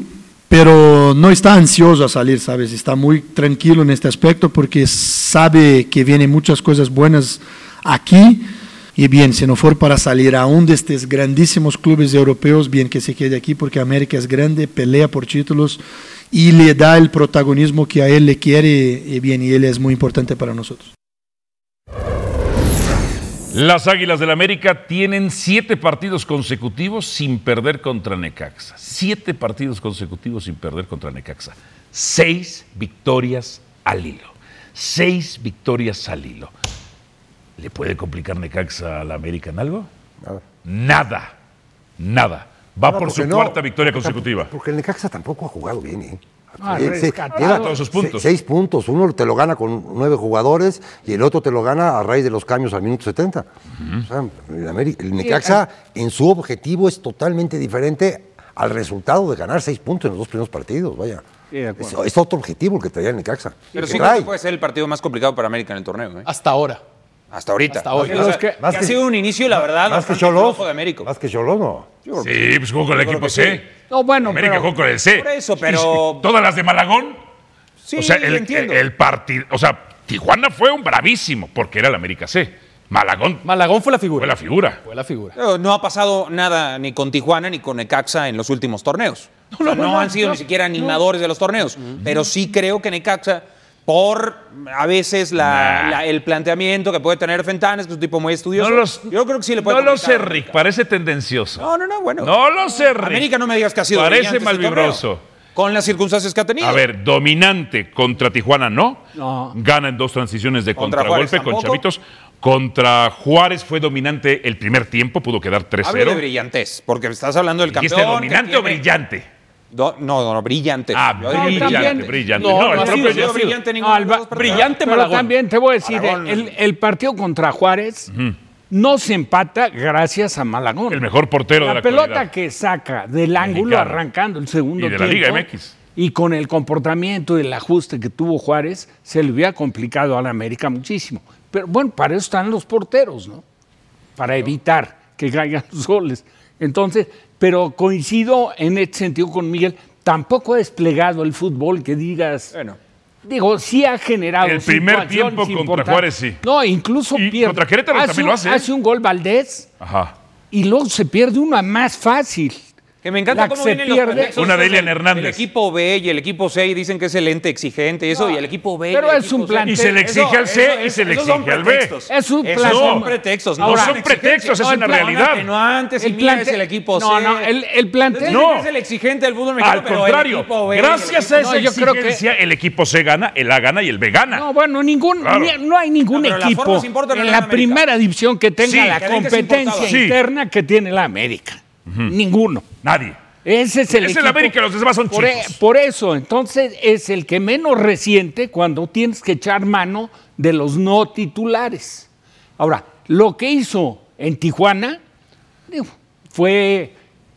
Speaker 12: pero no está ansioso a salir, ¿sabes? Está muy tranquilo en este aspecto porque sabe que vienen muchas cosas buenas aquí. Y bien, si no for para salir a uno de estos grandísimos clubes europeos, bien que se quede aquí porque América es grande, pelea por títulos y le da el protagonismo que a él le quiere y bien, y él es muy importante para nosotros.
Speaker 5: Las Águilas del América tienen siete partidos consecutivos sin perder contra Necaxa. Siete partidos consecutivos sin perder contra Necaxa. Seis victorias al hilo. Seis victorias al hilo. ¿Le puede complicar Necaxa al América en algo?
Speaker 9: Nada.
Speaker 5: Nada. Nada. Va
Speaker 9: No,
Speaker 5: por su
Speaker 9: porque no.
Speaker 5: cuarta victoria consecutiva.
Speaker 9: Porque el Necaxa tampoco ha jugado bien, ¿eh?
Speaker 8: Ah,
Speaker 9: Eh, se-
Speaker 8: rescatado.
Speaker 9: lleva
Speaker 5: Todos sus
Speaker 9: se-
Speaker 5: puntos.
Speaker 9: Seis puntos. Uno te lo gana con nueve jugadores y el otro te lo gana a raíz de los cambios al minuto 70. O sea, el, Ameri- el Necaxa en su objetivo es totalmente diferente al resultado de ganar seis puntos en los dos primeros partidos. Vaya.
Speaker 8: Sí, de
Speaker 9: es,
Speaker 8: acuerdo.
Speaker 9: es otro objetivo el que traía el Necaxa.
Speaker 7: Pero
Speaker 9: Que
Speaker 7: sí creo
Speaker 9: trae.
Speaker 7: que puede ser el partido más complicado para América en el torneo, ¿eh?
Speaker 6: Hasta ahora.
Speaker 7: Hasta ahorita.
Speaker 6: Hasta hoy.
Speaker 7: O sea,
Speaker 9: Más
Speaker 7: que,
Speaker 9: que- más
Speaker 7: ha
Speaker 9: que-
Speaker 7: sido un inicio, la verdad,
Speaker 9: Más que
Speaker 7: bastante
Speaker 9: Cholos.
Speaker 7: flojo de América.
Speaker 9: Más que Cholos, no.
Speaker 5: Sí, pues jugó con el
Speaker 7: Yo creo
Speaker 5: equipo
Speaker 7: que
Speaker 5: C.
Speaker 7: sí.
Speaker 8: No, bueno,
Speaker 5: América
Speaker 8: pero-
Speaker 5: jugó con el C.
Speaker 7: Por eso, pero-
Speaker 5: Y Todas las de Malagón.
Speaker 7: Sí,
Speaker 5: o sea, el,
Speaker 7: entiendo.
Speaker 5: partido. O sea, Tijuana fue un bravísimo porque era el América C. Malagón
Speaker 6: Malagón fue la figura.
Speaker 5: fue la figura.
Speaker 6: Fue la figura.
Speaker 7: Pero no ha pasado nada ni con Tijuana ni con Necaxa en los últimos torneos. O sea, No, han sido ni siquiera animadores de los torneos. Pero sí creo que Necaxa, por a veces la-
Speaker 5: Nah.
Speaker 7: la- el planteamiento que puede tener Fentanes, que es un tipo muy estudioso,
Speaker 5: los-
Speaker 7: yo creo que sí le puede
Speaker 5: No lo
Speaker 7: complicar
Speaker 5: sé,
Speaker 7: a América.
Speaker 5: Rick. Parece tendencioso.
Speaker 7: No, no, no, bueno.
Speaker 5: No lo sé, Rick.
Speaker 7: América no me digas que ha sido
Speaker 5: Parece
Speaker 7: brillante este
Speaker 5: malvibroso.
Speaker 7: torneo, Con las circunstancias que ha tenido.
Speaker 5: A ver, dominante contra Tijuana, no.
Speaker 8: No.
Speaker 5: Gana en dos transiciones de
Speaker 7: Contra
Speaker 5: contragolpe
Speaker 7: Juárez
Speaker 5: con
Speaker 7: tampoco.
Speaker 5: Chavitos. Contra Juárez fue dominante el primer tiempo, pudo quedar
Speaker 7: Hablo de
Speaker 5: 3-0.
Speaker 7: brillantez, porque estás hablando del
Speaker 5: ¿Y
Speaker 7: campeón.
Speaker 5: este
Speaker 7: que
Speaker 5: dominante o
Speaker 7: tiene-
Speaker 5: brillante?
Speaker 7: Do- no, no, no, brillante.
Speaker 5: Ah,
Speaker 7: Yo digo
Speaker 5: brillante,
Speaker 8: también-
Speaker 5: brillante.
Speaker 6: no,
Speaker 5: No,
Speaker 6: no
Speaker 5: el
Speaker 6: ha
Speaker 5: propio
Speaker 6: sido,
Speaker 5: ya ha sido.
Speaker 7: brillante ninguno
Speaker 8: No, Ah,
Speaker 7: de los
Speaker 8: Alba-
Speaker 7: dos partidos.
Speaker 6: Brillante
Speaker 8: Pero
Speaker 6: Malagón.
Speaker 8: también te voy a decir,
Speaker 7: Malagón.
Speaker 8: el, el partido contra Juárez no se empata gracias a Malagón.
Speaker 5: El mejor portero de la
Speaker 8: pelota
Speaker 5: actualidad.
Speaker 8: que saca del ángulo
Speaker 5: Mexicano.
Speaker 8: arrancando el segundo
Speaker 5: Y de la Liga
Speaker 8: tiempo,
Speaker 5: MX.
Speaker 8: Y con el comportamiento y el ajuste que tuvo Juárez, se le hubiera complicado a la América muchísimo. Pero bueno, para eso están los porteros, ¿no? Para evitar que caigan los goles. Entonces, pero coincido en este sentido con Miguel, tampoco ha desplegado el fútbol que digas. Bueno. Digo, sí ha generado.
Speaker 5: El primer tiempo
Speaker 8: situaciones
Speaker 5: contra
Speaker 8: importantes.
Speaker 5: Juárez, sí.
Speaker 8: No, incluso
Speaker 5: Y
Speaker 8: pierde.
Speaker 5: contra Querétaro
Speaker 8: hace
Speaker 5: también
Speaker 8: un,
Speaker 5: lo hace, ¿eh?
Speaker 8: Hace un gol Valdés
Speaker 5: Ajá.
Speaker 8: y luego se pierde una más fácil.
Speaker 7: Que me encanta
Speaker 8: La que
Speaker 7: cómo
Speaker 8: se
Speaker 7: vienen los
Speaker 8: pierde.
Speaker 7: pretextos.
Speaker 8: Una de Elian
Speaker 7: El-
Speaker 8: Hernández.
Speaker 7: El equipo B y el equipo C y dicen que es el ente exigente y eso, y el equipo B. y
Speaker 8: Pero
Speaker 7: el
Speaker 8: es
Speaker 7: equipo
Speaker 8: un
Speaker 7: C.
Speaker 8: plantel.
Speaker 5: exige al C y se le
Speaker 7: esos son
Speaker 5: exige al B.
Speaker 7: pretextos.
Speaker 8: Es un
Speaker 7: Esos
Speaker 8: plantel.
Speaker 7: son pretextos.
Speaker 5: No son pretextos, es una realidad.
Speaker 7: No, antes y
Speaker 8: El
Speaker 7: mira,
Speaker 8: plante-
Speaker 7: es el equipo C.
Speaker 8: No, no, el- el plantel-
Speaker 7: Entonces,
Speaker 5: No.
Speaker 7: Es el exigente del fútbol mexicano,
Speaker 5: Al
Speaker 7: pero el
Speaker 5: contrario,
Speaker 7: equipo B y el
Speaker 5: gracias a
Speaker 7: equipo-
Speaker 5: esa
Speaker 7: Oh, No, yo creo que-
Speaker 5: exigencia, el equipo C gana, el A gana y el B gana.
Speaker 8: No, bueno, ningún,
Speaker 5: Claro.
Speaker 8: ni- no hay ningún
Speaker 5: No, pero las
Speaker 8: equipo
Speaker 5: formas importan en
Speaker 8: en
Speaker 5: la
Speaker 8: la
Speaker 5: América.
Speaker 8: primera división que tenga
Speaker 5: Sí,
Speaker 8: la
Speaker 5: que digas
Speaker 8: competencia
Speaker 5: importaba. Sí.
Speaker 8: interna que tiene la América. Ninguno.
Speaker 5: Nadie.
Speaker 8: Ese es el
Speaker 5: Es el
Speaker 8: equipo.
Speaker 5: América, los demás son
Speaker 8: por,
Speaker 5: chicos.
Speaker 8: e- por eso, entonces es el que menos resiente cuando tienes que echar mano de los no titulares. Ahora, lo que hizo en Tijuana digo, fue.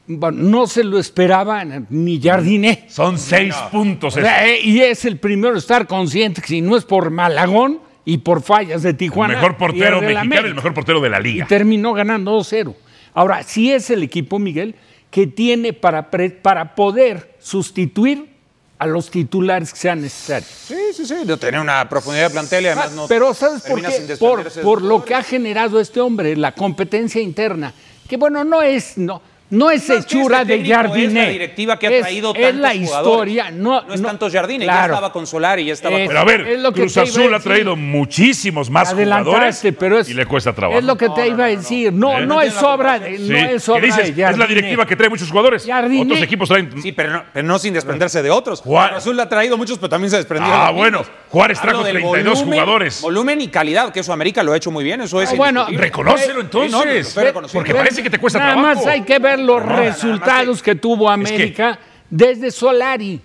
Speaker 8: bueno, no se lo esperaban ni Jardiné.
Speaker 5: Son seis puntos.
Speaker 8: O sea,
Speaker 5: eso.
Speaker 8: eh, y es el primero estar consciente que si no es por Malagón y por fallas de Tijuana.
Speaker 5: el mejor portero
Speaker 8: pierde la
Speaker 5: mexicano, el
Speaker 8: América.
Speaker 5: mejor portero de la
Speaker 8: Y
Speaker 5: liga.
Speaker 8: terminó ganando 2-0. Ahora, sí es el equipo, Miguel, que tiene para, pre- para poder sustituir a los titulares que sean necesarios. Ah,
Speaker 7: Sí, sí, sí. No tiene una profundidad de plantel y
Speaker 5: Ah,
Speaker 7: además no.
Speaker 8: Pero ¿sabes por
Speaker 7: termina sin
Speaker 8: qué? Por,
Speaker 7: desprenderse de
Speaker 8: por
Speaker 7: sus
Speaker 8: lo que ha generado este hombre, la competencia interna. Que bueno, no es... No, no es
Speaker 7: No es que
Speaker 8: hechura
Speaker 7: este
Speaker 8: de
Speaker 7: técnico,
Speaker 8: Jardiné.
Speaker 7: Es la directiva que ha
Speaker 8: Es-
Speaker 7: traído
Speaker 8: Es
Speaker 7: tantos
Speaker 8: la
Speaker 7: jugadores.
Speaker 8: historia. No,
Speaker 7: es tanto Jardine,
Speaker 8: claro.
Speaker 7: ya estaba con Solari, ya estaba
Speaker 8: Es-
Speaker 5: Pero a ver,
Speaker 8: es lo que
Speaker 5: Cruz
Speaker 8: te iba a
Speaker 5: Azul ha
Speaker 8: decir.
Speaker 5: traído muchísimos más
Speaker 8: Adelantaste,
Speaker 5: jugadores
Speaker 8: pero es-
Speaker 5: y le cuesta trabajo.
Speaker 8: Es lo que te iba a decir. No, no,
Speaker 5: ¿Eh?
Speaker 8: es obra de.
Speaker 5: Sí,
Speaker 8: No es
Speaker 5: que
Speaker 8: obra
Speaker 5: dices,
Speaker 8: de
Speaker 5: es la
Speaker 8: Jardine.
Speaker 5: directiva que trae muchos jugadores.
Speaker 8: Jardine.
Speaker 5: Otros equipos traen.
Speaker 7: Sí, pero no, pero no sin desprenderse de otros.
Speaker 5: Juan-
Speaker 7: Cruz Azul ha traído muchos, pero también se ha desprendido.
Speaker 5: Ah,
Speaker 7: de los
Speaker 5: bueno,
Speaker 7: mismos.
Speaker 5: Juárez
Speaker 7: Hablo
Speaker 5: trajo
Speaker 7: del
Speaker 5: 32
Speaker 7: volumen-
Speaker 5: jugadores.
Speaker 7: Volumen y calidad, que eso América lo ha hecho muy bien, eso es.
Speaker 8: Ah, bueno,
Speaker 7: indiscutible.
Speaker 5: Reconócelo
Speaker 7: Sí, no, no, lo
Speaker 5: entonces.
Speaker 7: estoy reconociendo.
Speaker 5: porque parece que te cuesta
Speaker 8: Nada
Speaker 5: trabajo.
Speaker 8: más hay que ver los
Speaker 5: No, nada más
Speaker 8: resultados que tuvo América desde Solari.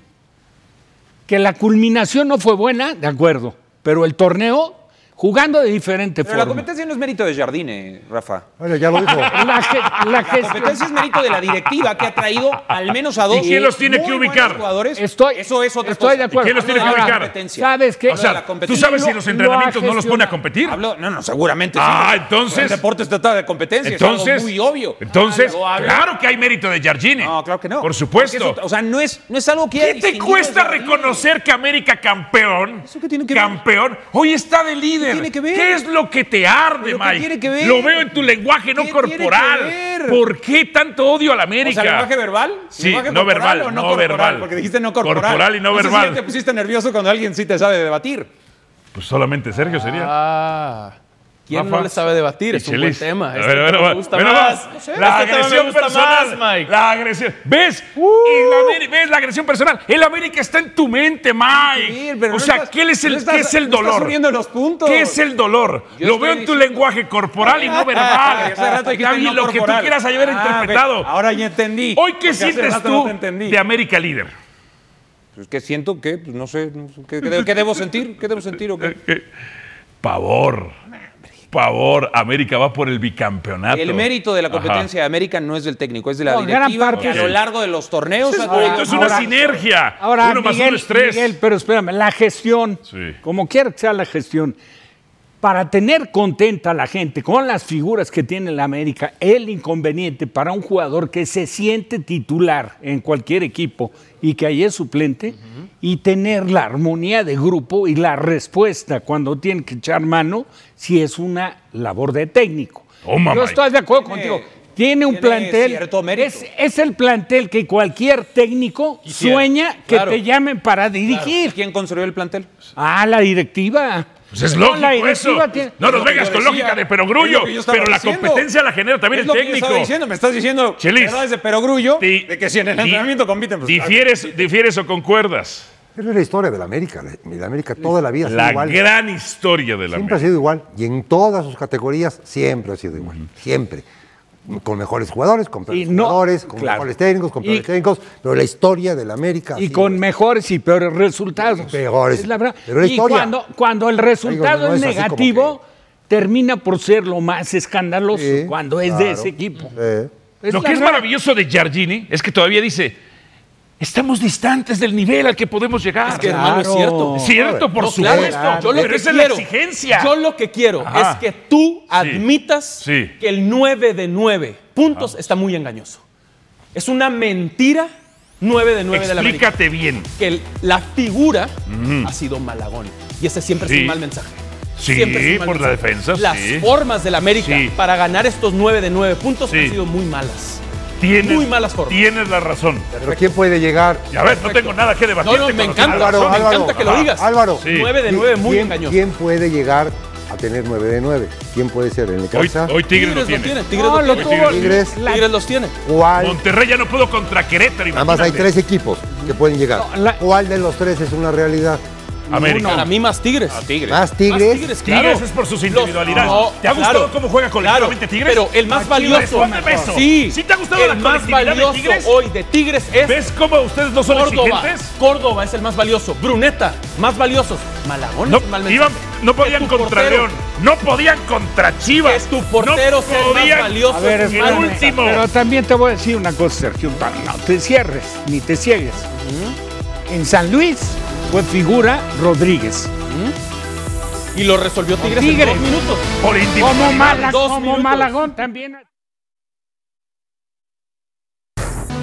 Speaker 8: Que la culminación no fue buena, de acuerdo. Pero el torneo, jugando de diferente
Speaker 7: Pero la
Speaker 8: forma.
Speaker 7: competencia no es mérito de Jardine, Rafa.
Speaker 9: Bueno, ya lo dijo.
Speaker 8: La, ge- la
Speaker 7: La
Speaker 8: gestión-
Speaker 7: competencia es mérito de la directiva que ha traído al menos a dos.
Speaker 5: ¿Y quién los tiene
Speaker 7: muy
Speaker 5: que
Speaker 7: buenos
Speaker 5: ubicar?
Speaker 7: jugadores.
Speaker 8: Estoy,
Speaker 7: Eso es otra
Speaker 8: estoy
Speaker 7: cosa.
Speaker 8: de acuerdo.
Speaker 5: quién los tiene que
Speaker 8: Ahora,
Speaker 5: ubicar?
Speaker 7: competencia.
Speaker 8: ¿Sabes qué?
Speaker 5: O sea, tú
Speaker 7: competencia.
Speaker 5: sabes si
Speaker 8: Lo-
Speaker 5: los
Speaker 8: lo ha
Speaker 5: entrenamientos no los pone a
Speaker 8: gestionado.
Speaker 5: competir.
Speaker 7: Hablo- no, no, seguramente sí.
Speaker 5: Ah,
Speaker 7: Pero
Speaker 5: entonces-
Speaker 7: El deporte se trata de competencia, entonces,
Speaker 5: Entonces,
Speaker 7: es algo muy obvio.
Speaker 5: entonces
Speaker 7: Lo hablo-
Speaker 5: claro que hay mérito de Jardine.
Speaker 7: No, claro que no.
Speaker 5: Por supuesto.
Speaker 7: Porque eso- o sea, no es, no es algo que. haya
Speaker 5: ¿Qué te
Speaker 7: distinguido
Speaker 5: cuesta
Speaker 7: de Jardine?
Speaker 5: reconocer que América campeón,
Speaker 7: ¿Eso qué tiene que ver?
Speaker 5: campeón, hoy está de líder?
Speaker 7: ¿Qué tiene que ver?
Speaker 5: ¿Qué es lo que te arde,
Speaker 7: ¿Pero qué
Speaker 5: Mike?
Speaker 7: tiene que ver?
Speaker 5: Lo veo en tu lenguaje no
Speaker 7: ¿Qué tiene que
Speaker 5: corporal.
Speaker 7: ver?
Speaker 5: ¿Por qué tanto odio a la
Speaker 7: O
Speaker 5: América?
Speaker 7: sea, lenguaje verbal?
Speaker 5: Sí,
Speaker 7: ¿Lenguaje
Speaker 5: no
Speaker 7: corporal
Speaker 5: verbal,
Speaker 7: o
Speaker 5: no
Speaker 7: corporal?
Speaker 5: verbal.
Speaker 7: Porque dijiste no corporal.
Speaker 5: Corporal y no
Speaker 7: sé si
Speaker 5: verbal.
Speaker 7: ya te pusiste nervioso cuando alguien sí te sabe debatir.
Speaker 5: Pues solamente Sergio sería.
Speaker 6: Ah, ¿quién
Speaker 5: Rafa.
Speaker 6: no le sabe debatir?
Speaker 5: Y
Speaker 6: Es un buen
Speaker 5: Chelis.
Speaker 6: tema.
Speaker 5: A
Speaker 6: Este
Speaker 5: ver, a ver,
Speaker 6: tema
Speaker 5: a
Speaker 6: me
Speaker 5: ver,
Speaker 6: gusta
Speaker 5: bueno,
Speaker 6: más.
Speaker 5: va.
Speaker 6: Este
Speaker 5: La
Speaker 6: tema me
Speaker 5: agresión
Speaker 6: gusta
Speaker 5: personal.
Speaker 6: más, Mike.
Speaker 5: La agresión. ¿Ves?
Speaker 7: Uh.
Speaker 5: Y la Ameri- ¿Ves la agresión personal? El América está en tu mente, Mike.
Speaker 7: Sí, pero
Speaker 5: o
Speaker 7: no
Speaker 5: sea,
Speaker 7: estás-
Speaker 5: ¿qué es el,
Speaker 7: no estás-
Speaker 5: qué es el
Speaker 7: no estás
Speaker 5: dolor?
Speaker 7: uniendo los puntos.
Speaker 5: ¿Qué es el dolor?
Speaker 7: Yo
Speaker 5: lo veo
Speaker 7: estoy
Speaker 5: en tu
Speaker 7: diciendo-
Speaker 5: lenguaje corporal y no verbal.
Speaker 7: Hace rato dijiste
Speaker 5: Está bien,
Speaker 7: no
Speaker 5: lo que tú
Speaker 7: corporal.
Speaker 5: quieras haber
Speaker 7: Ah,
Speaker 5: interpretado.
Speaker 7: ve, ahora ya entendí.
Speaker 5: Hoy, ¿qué
Speaker 7: Porque hace
Speaker 5: sientes
Speaker 7: rato
Speaker 5: tú
Speaker 7: no te entendí.
Speaker 5: de América líder?
Speaker 7: Pues que siento que, pues no sé, no sé, ¿qué, qué de- qué debo sentir? ¿Qué debo sentir o qué?
Speaker 5: Pavor. Pavor. América va por el bicampeonato.
Speaker 7: El mérito de la competencia
Speaker 5: Ajá.
Speaker 7: de América no es del técnico, es de la
Speaker 8: No, gran
Speaker 7: directiva
Speaker 8: parte
Speaker 7: que a lo
Speaker 5: es-
Speaker 7: largo de los torneos ha
Speaker 5: Ahora,
Speaker 7: traído-
Speaker 5: Entonces, una sinergia.
Speaker 8: Ahora,
Speaker 5: uno más
Speaker 8: Miguel,
Speaker 5: uno es tres.
Speaker 8: Miguel, pero espérame, la gestión,
Speaker 5: Sí.
Speaker 8: como quiera que sea la gestión, para tener contenta a la gente con las figuras que tiene la América, el inconveniente para un jugador que se siente titular en cualquier equipo y que ahí es suplente, y tener la armonía de grupo y la respuesta cuando tiene que echar mano, si es una labor de técnico.
Speaker 5: Toma,
Speaker 8: Yo
Speaker 5: Mike.
Speaker 8: estoy de acuerdo
Speaker 7: Tiene-
Speaker 8: contigo. Tiene un
Speaker 7: tiene
Speaker 8: plantel.
Speaker 7: cierto mérito.
Speaker 8: Es, es el plantel que cualquier técnico
Speaker 7: Quisiera.
Speaker 8: sueña que
Speaker 7: Claro.
Speaker 8: te llamen para
Speaker 7: ¿Y
Speaker 8: dirigir.
Speaker 7: ¿Quién construyó el plantel?
Speaker 8: Ah, la directiva.
Speaker 5: Pues es
Speaker 8: No,
Speaker 5: lógico
Speaker 8: la
Speaker 5: eso.
Speaker 8: directiva tiene-
Speaker 5: No nos
Speaker 7: lo que
Speaker 5: vengas
Speaker 7: yo
Speaker 5: con
Speaker 7: decía.
Speaker 5: lógica de
Speaker 7: Es
Speaker 5: perogrullo,
Speaker 7: lo que yo estaba
Speaker 5: pero la
Speaker 7: diciendo.
Speaker 5: competencia la genera también
Speaker 7: es
Speaker 5: el
Speaker 7: lo Que yo
Speaker 5: técnico.
Speaker 7: estaba diciendo, me estás diciendo
Speaker 5: Chelis.
Speaker 7: verdades de perogrullo
Speaker 5: Di-
Speaker 7: de que si en el
Speaker 5: di-
Speaker 7: entrenamiento compiten pues,
Speaker 5: difieres, difieres o concuerdas.
Speaker 9: Pero es la historia de la América. La- La América toda la vida ha sido
Speaker 5: La
Speaker 9: igual.
Speaker 5: gran historia de la
Speaker 9: Siempre
Speaker 5: América.
Speaker 9: ha sido igual. Y en todas sus categorías siempre ha sido igual. Siempre. Con mejores jugadores, con peores
Speaker 8: Y no-
Speaker 9: jugadores, con
Speaker 8: claro.
Speaker 9: mejores técnicos, con
Speaker 8: Y-
Speaker 9: peores técnicos. Pero la historia de la América. ha
Speaker 8: Y
Speaker 9: sido
Speaker 8: con
Speaker 9: esta.
Speaker 8: mejores y peores resultados.
Speaker 9: Peores.
Speaker 8: Es la verdad.
Speaker 9: Pero es
Speaker 8: y
Speaker 9: historia.
Speaker 8: cuando, cuando el resultado
Speaker 9: Digo, no
Speaker 8: es
Speaker 9: es así como
Speaker 8: negativo, termina por ser lo más escandaloso
Speaker 9: Sí,
Speaker 8: cuando es de
Speaker 9: claro.
Speaker 8: ese equipo.
Speaker 9: Sí.
Speaker 5: Lo
Speaker 8: la
Speaker 5: que es
Speaker 8: verdad.
Speaker 5: maravilloso de Giardini es que todavía dice, Estamos distantes del nivel al que podemos llegar.
Speaker 6: Es que, hermano, es cierto.
Speaker 5: Cierto, por
Speaker 6: No, claro,
Speaker 5: supuesto.
Speaker 6: esto, yo lo
Speaker 5: pero
Speaker 6: que
Speaker 5: esa
Speaker 6: quiero,
Speaker 5: es la exigencia.
Speaker 6: Yo lo que quiero
Speaker 5: Ajá.
Speaker 6: es que tú admitas
Speaker 5: Sí.
Speaker 6: que el 9 de 9 puntos está muy engañoso. Es una mentira 9 de 9 de la América.
Speaker 5: Explícate bien.
Speaker 6: Que el- la figura
Speaker 5: Ujú.
Speaker 6: ha sido Malagón. Y ese siempre es
Speaker 5: Sí.
Speaker 6: un mal mensaje.
Speaker 5: Sí,
Speaker 6: Siempre es un mal
Speaker 5: por la
Speaker 6: mensaje.
Speaker 5: defensa,
Speaker 6: Las
Speaker 5: sí.
Speaker 6: formas del América
Speaker 5: Sí.
Speaker 6: para ganar estos 9 de 9 puntos
Speaker 5: Sí.
Speaker 6: han sido muy malas.
Speaker 5: Tienes-
Speaker 6: muy malas formas.
Speaker 5: Tienes la razón.
Speaker 9: Pero ¿quién puede llegar?
Speaker 5: Y a ver, no tengo nada que debatir.
Speaker 6: No, no, me encanta, me encanta que lo
Speaker 9: Álvaro,
Speaker 6: digas.
Speaker 9: Álvaro.
Speaker 6: 9 de
Speaker 9: ¿Qui-
Speaker 6: 9, muy
Speaker 9: quién-
Speaker 6: engañoso.
Speaker 9: ¿Quién puede llegar a tener 9 de 9? ¿Quién puede ser? ¿En Necaxa?
Speaker 5: Hoy Tigres lo
Speaker 6: Tigres
Speaker 5: tiene.
Speaker 6: lo tiene, Tigres
Speaker 5: No,
Speaker 6: lo
Speaker 5: lo
Speaker 6: tiene.
Speaker 5: tuvo el-
Speaker 6: Tigres,
Speaker 9: la-
Speaker 6: Tigres los tiene.
Speaker 9: ¿Cuál?
Speaker 5: Monterrey ya no pudo contra Querétaro.
Speaker 9: Nada más hay
Speaker 5: imagínate.
Speaker 9: tres equipos que pueden llegar. ¿Cuál de los tres es una realidad?
Speaker 5: América.
Speaker 6: Para mí más Tigres.
Speaker 7: Tigres.
Speaker 9: ¿Más Tigres?
Speaker 6: claro.
Speaker 5: Tigres es por sus individualidades.
Speaker 6: No,
Speaker 5: ¿Te ha gustado
Speaker 6: claro.
Speaker 5: cómo juega colectivamente
Speaker 6: Claro,
Speaker 5: Tigres?
Speaker 6: Pero el más
Speaker 5: Aquí,
Speaker 6: valioso.
Speaker 5: respóndeme eso.
Speaker 6: Sí.
Speaker 5: ¿Sí te ha gustado la
Speaker 6: El más
Speaker 5: colectividad de
Speaker 6: valioso
Speaker 5: Tigres?
Speaker 6: hoy de Tigres es.
Speaker 5: ¿Ves cómo ustedes no son
Speaker 6: Córdoba.
Speaker 5: exigentes?
Speaker 6: Córdoba es el más valioso. Bruneta, más valiosos. Malagón
Speaker 5: No,
Speaker 6: es un mal
Speaker 5: iban-
Speaker 6: mensaje.
Speaker 5: no podían
Speaker 6: tu
Speaker 5: contra
Speaker 6: portero.
Speaker 5: León, no podían contra Chivas.
Speaker 6: Es tu portero
Speaker 5: no
Speaker 6: ser más
Speaker 5: podían-
Speaker 6: valioso.
Speaker 8: A ver,
Speaker 6: es un
Speaker 5: el
Speaker 6: mal
Speaker 8: espérame,
Speaker 6: mensaje.
Speaker 5: último.
Speaker 8: Pero también te voy a decir una cosa, Sergio. No te cierres, ni te ciegues. En San Luis fue figura Rodríguez.
Speaker 6: Y lo resolvió Tigres,
Speaker 8: Tigres.
Speaker 6: en dos minutos.
Speaker 5: Por
Speaker 8: Como,
Speaker 5: individualidades.
Speaker 8: Mala-
Speaker 6: Dos
Speaker 8: como
Speaker 6: minutos.
Speaker 8: Malagón también.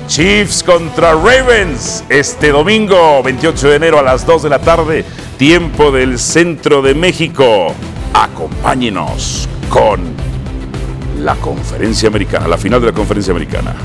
Speaker 5: Chiefs contra Ravens este domingo 28 de enero a las 2 de la tarde, tiempo del centro de México. Acompáñenos con la conferencia americana, la final de la conferencia americana.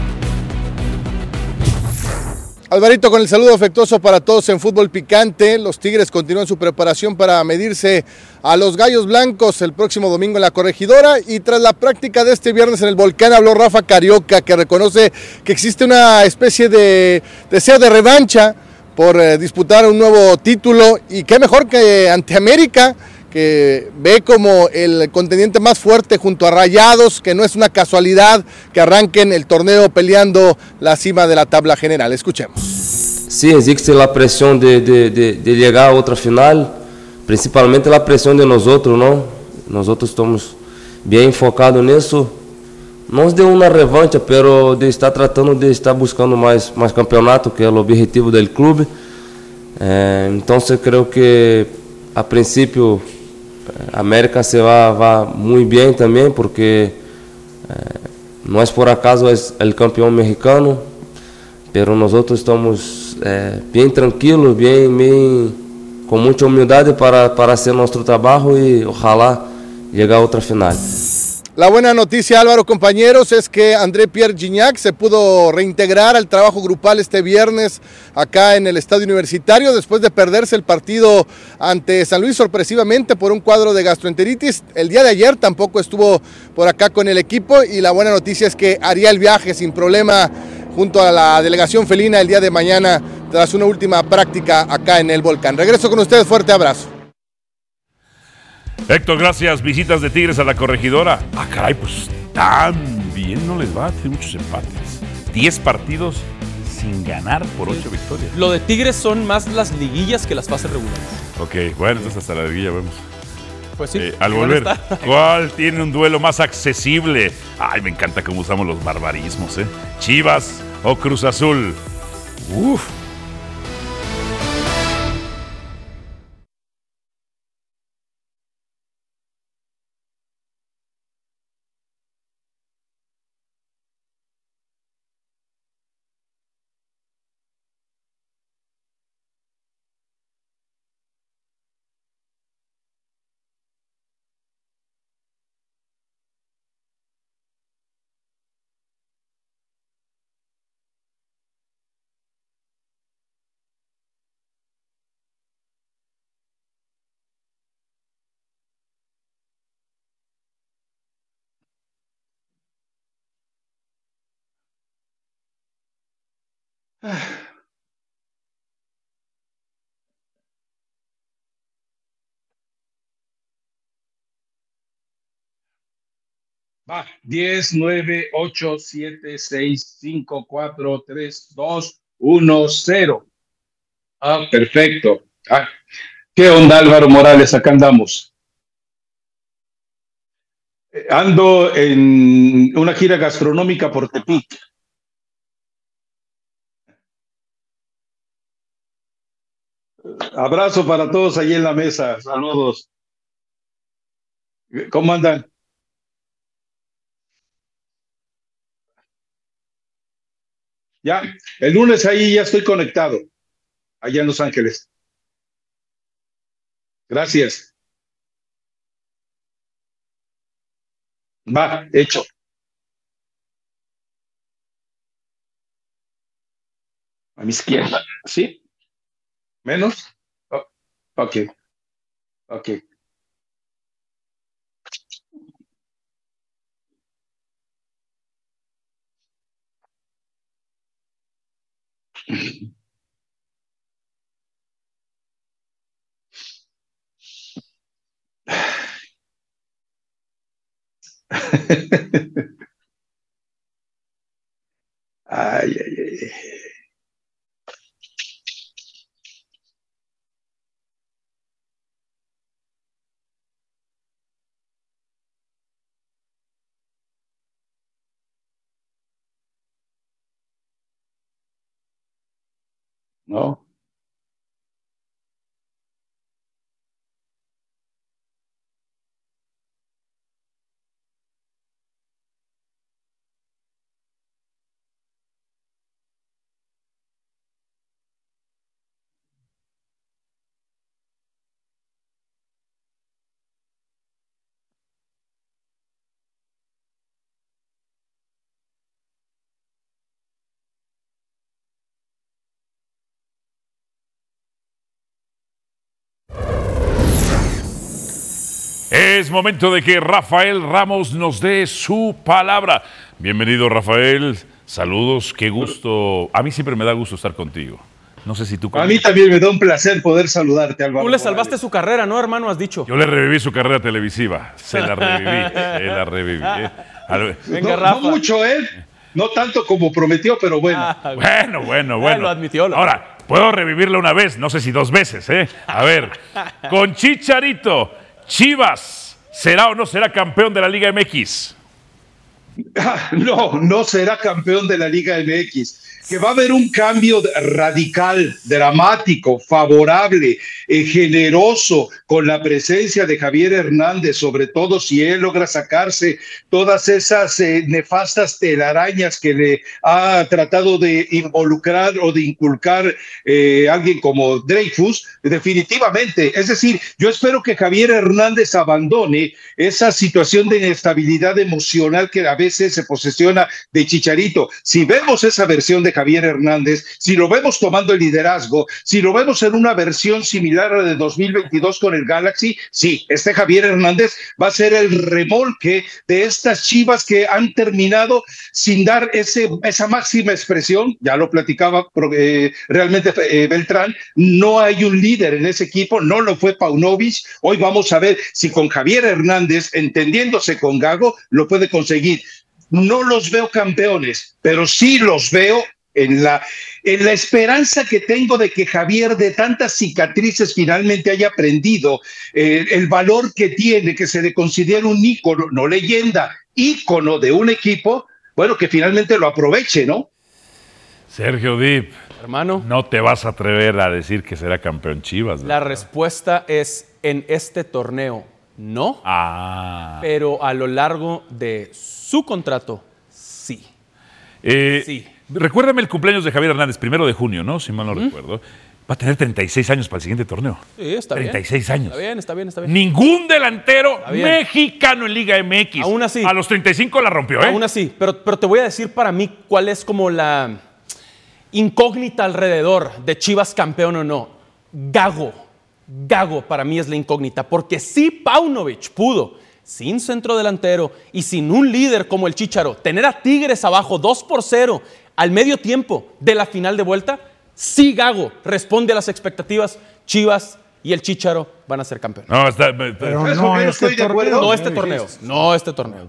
Speaker 13: Alvarito, con el saludo afectuoso para todos en fútbol picante, los Tigres continúan su preparación para medirse a los Gallos Blancos el próximo domingo en la corregidora y tras la práctica de este viernes en el volcán habló Rafa Carioca que reconoce que existe una especie de deseo de revancha por eh, disputar un nuevo título y qué mejor que ante América que ve como el contendiente más fuerte junto a Rayados, que no es una casualidad que arranquen el torneo peleando la cima de la tabla general. Escuchemos.
Speaker 14: Sí, existe la presión de, de- de- de llegar a otra final, principalmente la presión de nosotros, ¿no? Nosotros estamos bien enfocados en eso. No es de una revancha, pero de estar tratando de estar buscando más, más campeonato, que es el objetivo del club. Eh, entonces creo que a principio eh, América se va, va muy bien también, porque eh, no es por acaso es el campeón mexicano. pero nosotros estamos eh, bien tranquilos, bien, bien com muita humildade para, para hacer nosso trabalho e ojalá chegar a outra final.
Speaker 13: La buena noticia, Álvaro, compañeros, es que André Pierre Gignac se pudo reintegrar al trabajo grupal este viernes acá en el Estadio Universitario después de perderse el partido ante San Luis sorpresivamente por un cuadro de gastroenteritis. El día de ayer tampoco estuvo por acá con el equipo y la buena noticia es que haría el viaje sin problema junto a la delegación felina el día de mañana tras una última práctica acá en el Volcán. Regreso con ustedes, fuerte abrazo.
Speaker 5: Héctor, gracias. Visitas de Tigres a la corregidora. Ah, caray, pues tan bien no les va. Tiene muchos empates. 10 partidos sin ganar por 8 victorias.
Speaker 6: Lo de Tigres son más las liguillas que las fases regulares.
Speaker 5: Ok, bueno, entonces hasta la liguilla vemos.
Speaker 6: Pues sí.
Speaker 5: Eh, al
Speaker 6: ahí van a
Speaker 5: volver,
Speaker 6: estar.
Speaker 5: ¿cuál tiene un duelo más accesible? Ay, me encanta cómo usamos los barbarismos, ¿eh? Chivas o Cruz Azul. Uf.
Speaker 15: Va, 10, 9, 8, 7, 6, 5, 4, 3, 2, 1, 0. Ah, perfecto. Ah, ¿Qué onda, Álvaro Morales? Acá andamos. Eh, Ando en una gira gastronómica por Tepic. Abrazo para todos allí en la mesa. Saludos. ¿Cómo andan? Ya, el lunes ahí ya estoy conectado, allá en Los Ángeles. Gracias. Va, hecho. A mi izquierda, ¿sí? ¿Menos? Oh, ok, ok. Ay, ay, ay. No.
Speaker 5: Es momento de que Rafael Ramos nos dé su palabra. Bienvenido, Rafael. Saludos, qué gusto. A mí siempre me da gusto estar contigo. No sé si tú.
Speaker 15: A mí también me da un placer poder saludarte, Álvaro.
Speaker 6: Tú le salvaste su carrera, ¿no, hermano? Has dicho.
Speaker 5: Yo le reviví su carrera televisiva. Se la reviví, se la reviví. eh. A lo-
Speaker 6: Venga,
Speaker 15: Pues no,
Speaker 6: Rafa. Ah.
Speaker 15: no mucho, ¿eh? No tanto como prometió, pero bueno.
Speaker 5: Bueno, bueno, bueno.
Speaker 15: lo
Speaker 5: admitió. Ahora, puedo revivirla una vez, no sé si dos veces, ¿eh? A ver, con Chicharito, Chivas, ¿será o no será campeón de la Liga MX?
Speaker 15: No, no será campeón de la Liga MX. Que va a haber un cambio radical, dramático, favorable, eh, generoso con la presencia de Javier Hernández, sobre todo si él logra sacarse todas esas eh, nefastas telarañas que le ha tratado de involucrar o de inculcar eh, alguien como Dreyfus, definitivamente. Es decir, yo espero que Javier Hernández pues abandone esa situación de inestabilidad emocional que a veces se posesiona de Chicharito. Si vemos esa versión de Javier Hernández, si lo vemos tomando el liderazgo, si lo vemos en una versión similar a la de 2022 con el Galaxy, sí, este Javier Hernández va a ser el remolque de estas chivas que han terminado sin dar ese, esa máxima expresión, ya lo platicaba pro- eh, realmente eh, Beltrán, no hay un líder en ese equipo, no lo fue Paunovic, hoy vamos a ver si con Javier Hernández, entendiéndose con Gago, lo puede conseguir. No los veo campeones, pero sí los veo en la, en la esperanza que tengo de que Javier de tantas cicatrices finalmente haya aprendido eh, el valor que tiene, que se le considere un ícono, no leyenda, ícono de un equipo, bueno, que finalmente lo aproveche, ¿no?
Speaker 5: Sergio Dip.
Speaker 6: Hermano.
Speaker 5: No te vas a atrever a decir que será campeón Chivas.
Speaker 6: La respuesta es en este torneo no,
Speaker 5: Ah.
Speaker 6: pero a lo largo de su contrato sí.
Speaker 5: Eh, Recuérdame el cumpleaños de Javier Hernández, primero de junio, ¿no? Si mal
Speaker 6: ¿Mm?
Speaker 5: no recuerdo. Va a tener 36 años para el siguiente torneo.
Speaker 6: Sí, está bien.
Speaker 5: 36 años.
Speaker 6: Está bien, está bien, está bien.
Speaker 5: Ningún delantero
Speaker 6: bien.
Speaker 5: mexicano en Liga MX.
Speaker 6: Aún así.
Speaker 5: A los 35 la rompió, ¿eh?
Speaker 6: Aún así, pero, pero te voy a decir para mí cuál es como la incógnita alrededor de Chivas campeón o no. Gago, Gago para mí es la incógnita, porque si Paunovic pudo, sin centro delantero y sin un líder como el Chicharo, tener a Tigres abajo 2 por 0 al medio tiempo de la final de vuelta, si Gago responde a las expectativas, Chivas y el Chicharo van a ser campeones.
Speaker 5: No, está,
Speaker 15: Pero ¿Sabes no por qué no este estoy de torneo, acuerdo?
Speaker 6: No este torneo, no este torneo.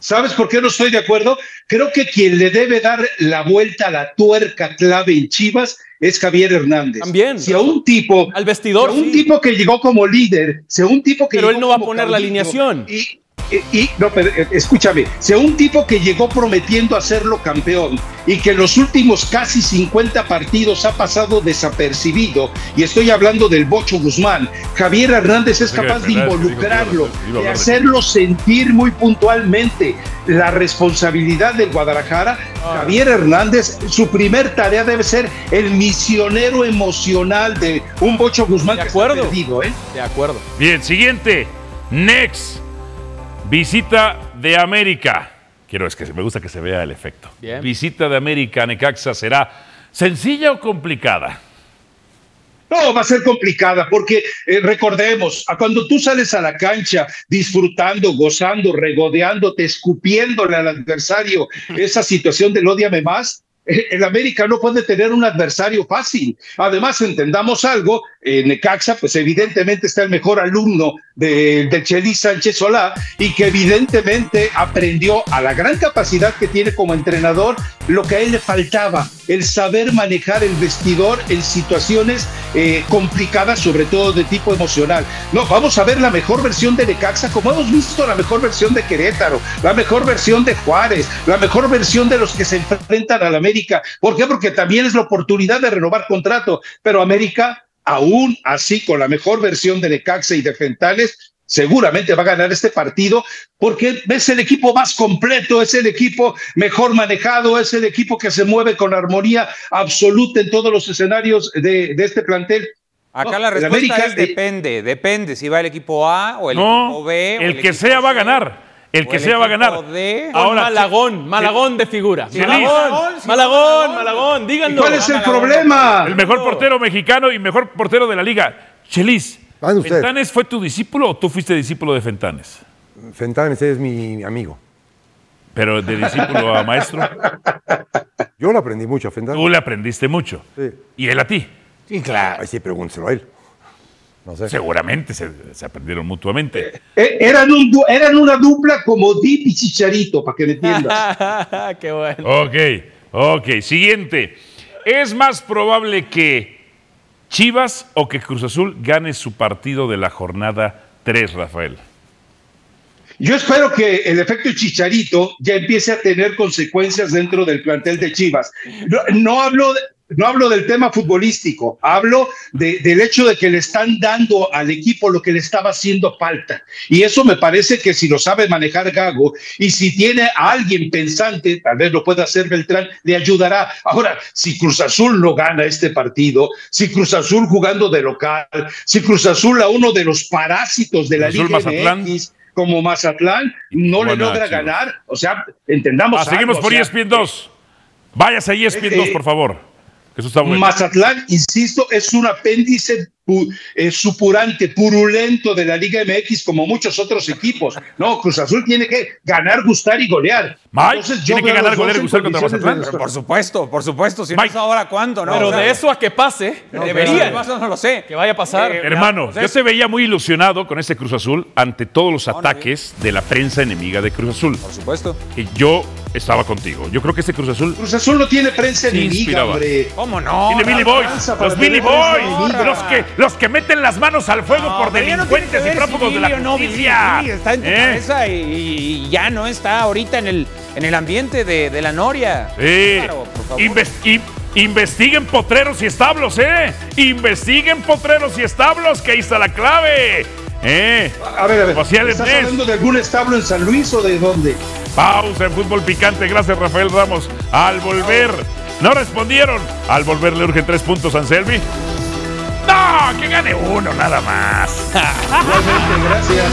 Speaker 15: ¿Sabes por qué no estoy de acuerdo? Creo que quien le debe dar la vuelta a la tuerca clave en Chivas es Javier Hernández. También. Si a un tipo. Al
Speaker 6: vestidor.
Speaker 15: Si a un tipo que llegó como líder, si a un tipo que.
Speaker 6: Pero
Speaker 15: llegó
Speaker 6: él no va a
Speaker 15: como
Speaker 6: poner la
Speaker 15: caudillo
Speaker 6: alineación.
Speaker 15: Y, y no, pero, eh, escúchame, sea un tipo que llegó prometiendo hacerlo campeón y que en los últimos casi 50 partidos ha pasado desapercibido, y estoy hablando del Bocho Guzmán, Javier Hernández es
Speaker 5: Sé que
Speaker 15: capaz de
Speaker 5: Fernández dijo que iba a
Speaker 15: involucrarlo,
Speaker 5: hablar de- iba a
Speaker 15: de
Speaker 5: hablar de-
Speaker 15: hacerlo sentir muy puntualmente la responsabilidad del Guadalajara. Javier Hernández, su primer tarea debe ser el misionero emocional de un Bocho Guzmán de acuerdo.
Speaker 6: De acuerdo.
Speaker 5: Bien, siguiente. Next. Visita de América. Quiero, es que me gusta que se vea el efecto.
Speaker 6: Bien.
Speaker 5: Visita de América a Necaxa será sencilla o complicada.
Speaker 15: No, va a ser complicada porque eh, recordemos, a cuando tú sales a la cancha disfrutando, gozando, regodeándote, escupiéndole al adversario esa situación del odiame más, eh, el América no puede tener un adversario fácil. Además, entendamos algo, eh, Necaxa, pues evidentemente está el mejor alumno de, de Chelis Sánchez Solá y que evidentemente aprendió a la gran capacidad que tiene como entrenador lo que a él le faltaba, el saber manejar el vestidor en situaciones eh, complicadas, sobre todo de tipo emocional. No, vamos a ver la mejor versión de Necaxa, como hemos visto la mejor versión de Querétaro, la mejor versión de Juárez, la mejor versión de los que se enfrentan al América. ¿Por qué? Porque también es la oportunidad de renovar contrato, pero América, aún así, con la mejor versión de Necaxa y de Fentanes, seguramente va a ganar este partido porque es el equipo más completo, es el equipo mejor manejado, es el equipo que se mueve con armonía absoluta en todos los escenarios de, de este plantel.
Speaker 7: Acá
Speaker 15: No,
Speaker 7: la
Speaker 15: el
Speaker 7: respuesta
Speaker 15: América,
Speaker 7: es
Speaker 15: eh,
Speaker 7: depende, depende si va el equipo A o el
Speaker 5: No,
Speaker 7: equipo B. o
Speaker 5: el que sea va a ganar. El
Speaker 7: o
Speaker 5: que
Speaker 7: el
Speaker 5: sea va a
Speaker 7: equipo
Speaker 5: ganar.
Speaker 7: de-
Speaker 5: Ahora,
Speaker 6: Malagón,
Speaker 5: sí.
Speaker 6: Malagón de figura.
Speaker 5: Feliz.
Speaker 6: Malagón, Malagón, Malagón, díganlo. Malagón.
Speaker 5: El mejor portero mexicano y mejor portero de la liga. Chelis, ¿Fentanes fue tu discípulo o tú fuiste discípulo de Fentanes?
Speaker 9: Fentanes es mi amigo.
Speaker 5: Pero de discípulo a maestro.
Speaker 9: Yo le aprendí mucho a Fentanes.
Speaker 5: Tú le aprendiste mucho. ¿Y él a ti?
Speaker 9: Sí, claro. Ahí sí, pregúnteselo a él. No sé.
Speaker 5: Seguramente se, se aprendieron mutuamente.
Speaker 15: eh, eran, un du- eran una dupla como Dip y Chicharito, para que me entiendas.
Speaker 6: Qué bueno.
Speaker 5: Ok, ok. Siguiente. ¿Es más probable que Chivas o que Cruz Azul gane su partido de la jornada 3, Rafael?
Speaker 15: Yo espero que el efecto chicharito ya empiece a tener consecuencias dentro del plantel de Chivas. No, no hablo de- No hablo del tema futbolístico, hablo de- del hecho de que le están dando al equipo lo que le estaba haciendo falta. Y eso me parece que si lo sabe manejar Gago y si tiene a alguien pensante, tal vez lo pueda hacer Beltrán, le ayudará. Ahora, si Cruz Azul no gana este partido, si Cruz Azul jugando de local, si Cruz Azul a uno de los parásitos de la
Speaker 5: Cruz Azul,
Speaker 15: Liga
Speaker 5: Mazatlán.
Speaker 15: MX, como Mazatlán no le
Speaker 5: Tijuana,
Speaker 15: logra
Speaker 5: Chivas.
Speaker 15: ganar. O sea, entendamos.
Speaker 5: Ah,
Speaker 15: algo,
Speaker 5: seguimos
Speaker 15: o
Speaker 5: por
Speaker 15: sea,
Speaker 5: ESPN 2. Váyase a E ESPN 2,
Speaker 15: eh,
Speaker 5: por favor. que Eso está bueno.
Speaker 15: Mazatlán, insisto, es un apéndice pu- eh, supurante, purulento de la Liga MX, como muchos otros equipos. No, Cruz Azul tiene que ganar, gustar y golear.
Speaker 5: Mike,
Speaker 15: veo a los dos en condiciones de
Speaker 7: Por supuesto, por supuesto. Si no es ahora, ¿cuándo? No,
Speaker 6: Pero
Speaker 7: O sea,
Speaker 6: de eso a que pase,
Speaker 7: No,
Speaker 6: debería.
Speaker 7: pero- no lo sé.
Speaker 6: Que pues, vaya a pasar.
Speaker 5: Hermano,
Speaker 6: eh,
Speaker 5: yo te veía muy ilusionado con este Cruz Azul ante todos los ataques de la prensa enemiga de Cruz Azul. Por
Speaker 7: supuesto.
Speaker 5: Y yo estaba contigo. Yo creo que este Cruz Azul.
Speaker 15: Cruz Azul no tiene prensa
Speaker 5: Sí
Speaker 15: enemiga,
Speaker 5: inspiraba.
Speaker 15: hombre.
Speaker 7: ¿Cómo no?
Speaker 5: Tiene Billy
Speaker 7: La
Speaker 5: Boys,
Speaker 7: prensa para
Speaker 5: los Billy
Speaker 7: tener prensa
Speaker 5: Boys,
Speaker 7: enemiga.
Speaker 5: los que, los que meten las manos al fuego por
Speaker 7: pero ya no tiene
Speaker 5: delincuentes
Speaker 7: que
Speaker 5: y
Speaker 7: ver
Speaker 5: prófugos
Speaker 7: si
Speaker 5: de la
Speaker 7: Billy o no, Billy,
Speaker 5: justicia.
Speaker 7: Billy está en tu
Speaker 5: ¿Eh?
Speaker 7: cabeza y, y ya no está ahorita en el, en el ambiente de, de la noria.
Speaker 5: Sí.
Speaker 7: Claro, por favor.
Speaker 5: Inves- in- investiguen potreros y establos, ¿eh? Investiguen potreros y establos, que ahí está la clave. ¿Eh?
Speaker 15: A ver, a ver.
Speaker 5: Así al
Speaker 15: ¿Estás
Speaker 5: Ernest.
Speaker 15: hablando de algún establo en San Luis o de dónde?
Speaker 5: Pausa en fútbol picante. Gracias, Rafael Ramos. Al volver, no respondieron. Al volver, le urgen tres puntos a Anselmi. ¡No! ¡Que gane uno, nada más!
Speaker 15: gracias.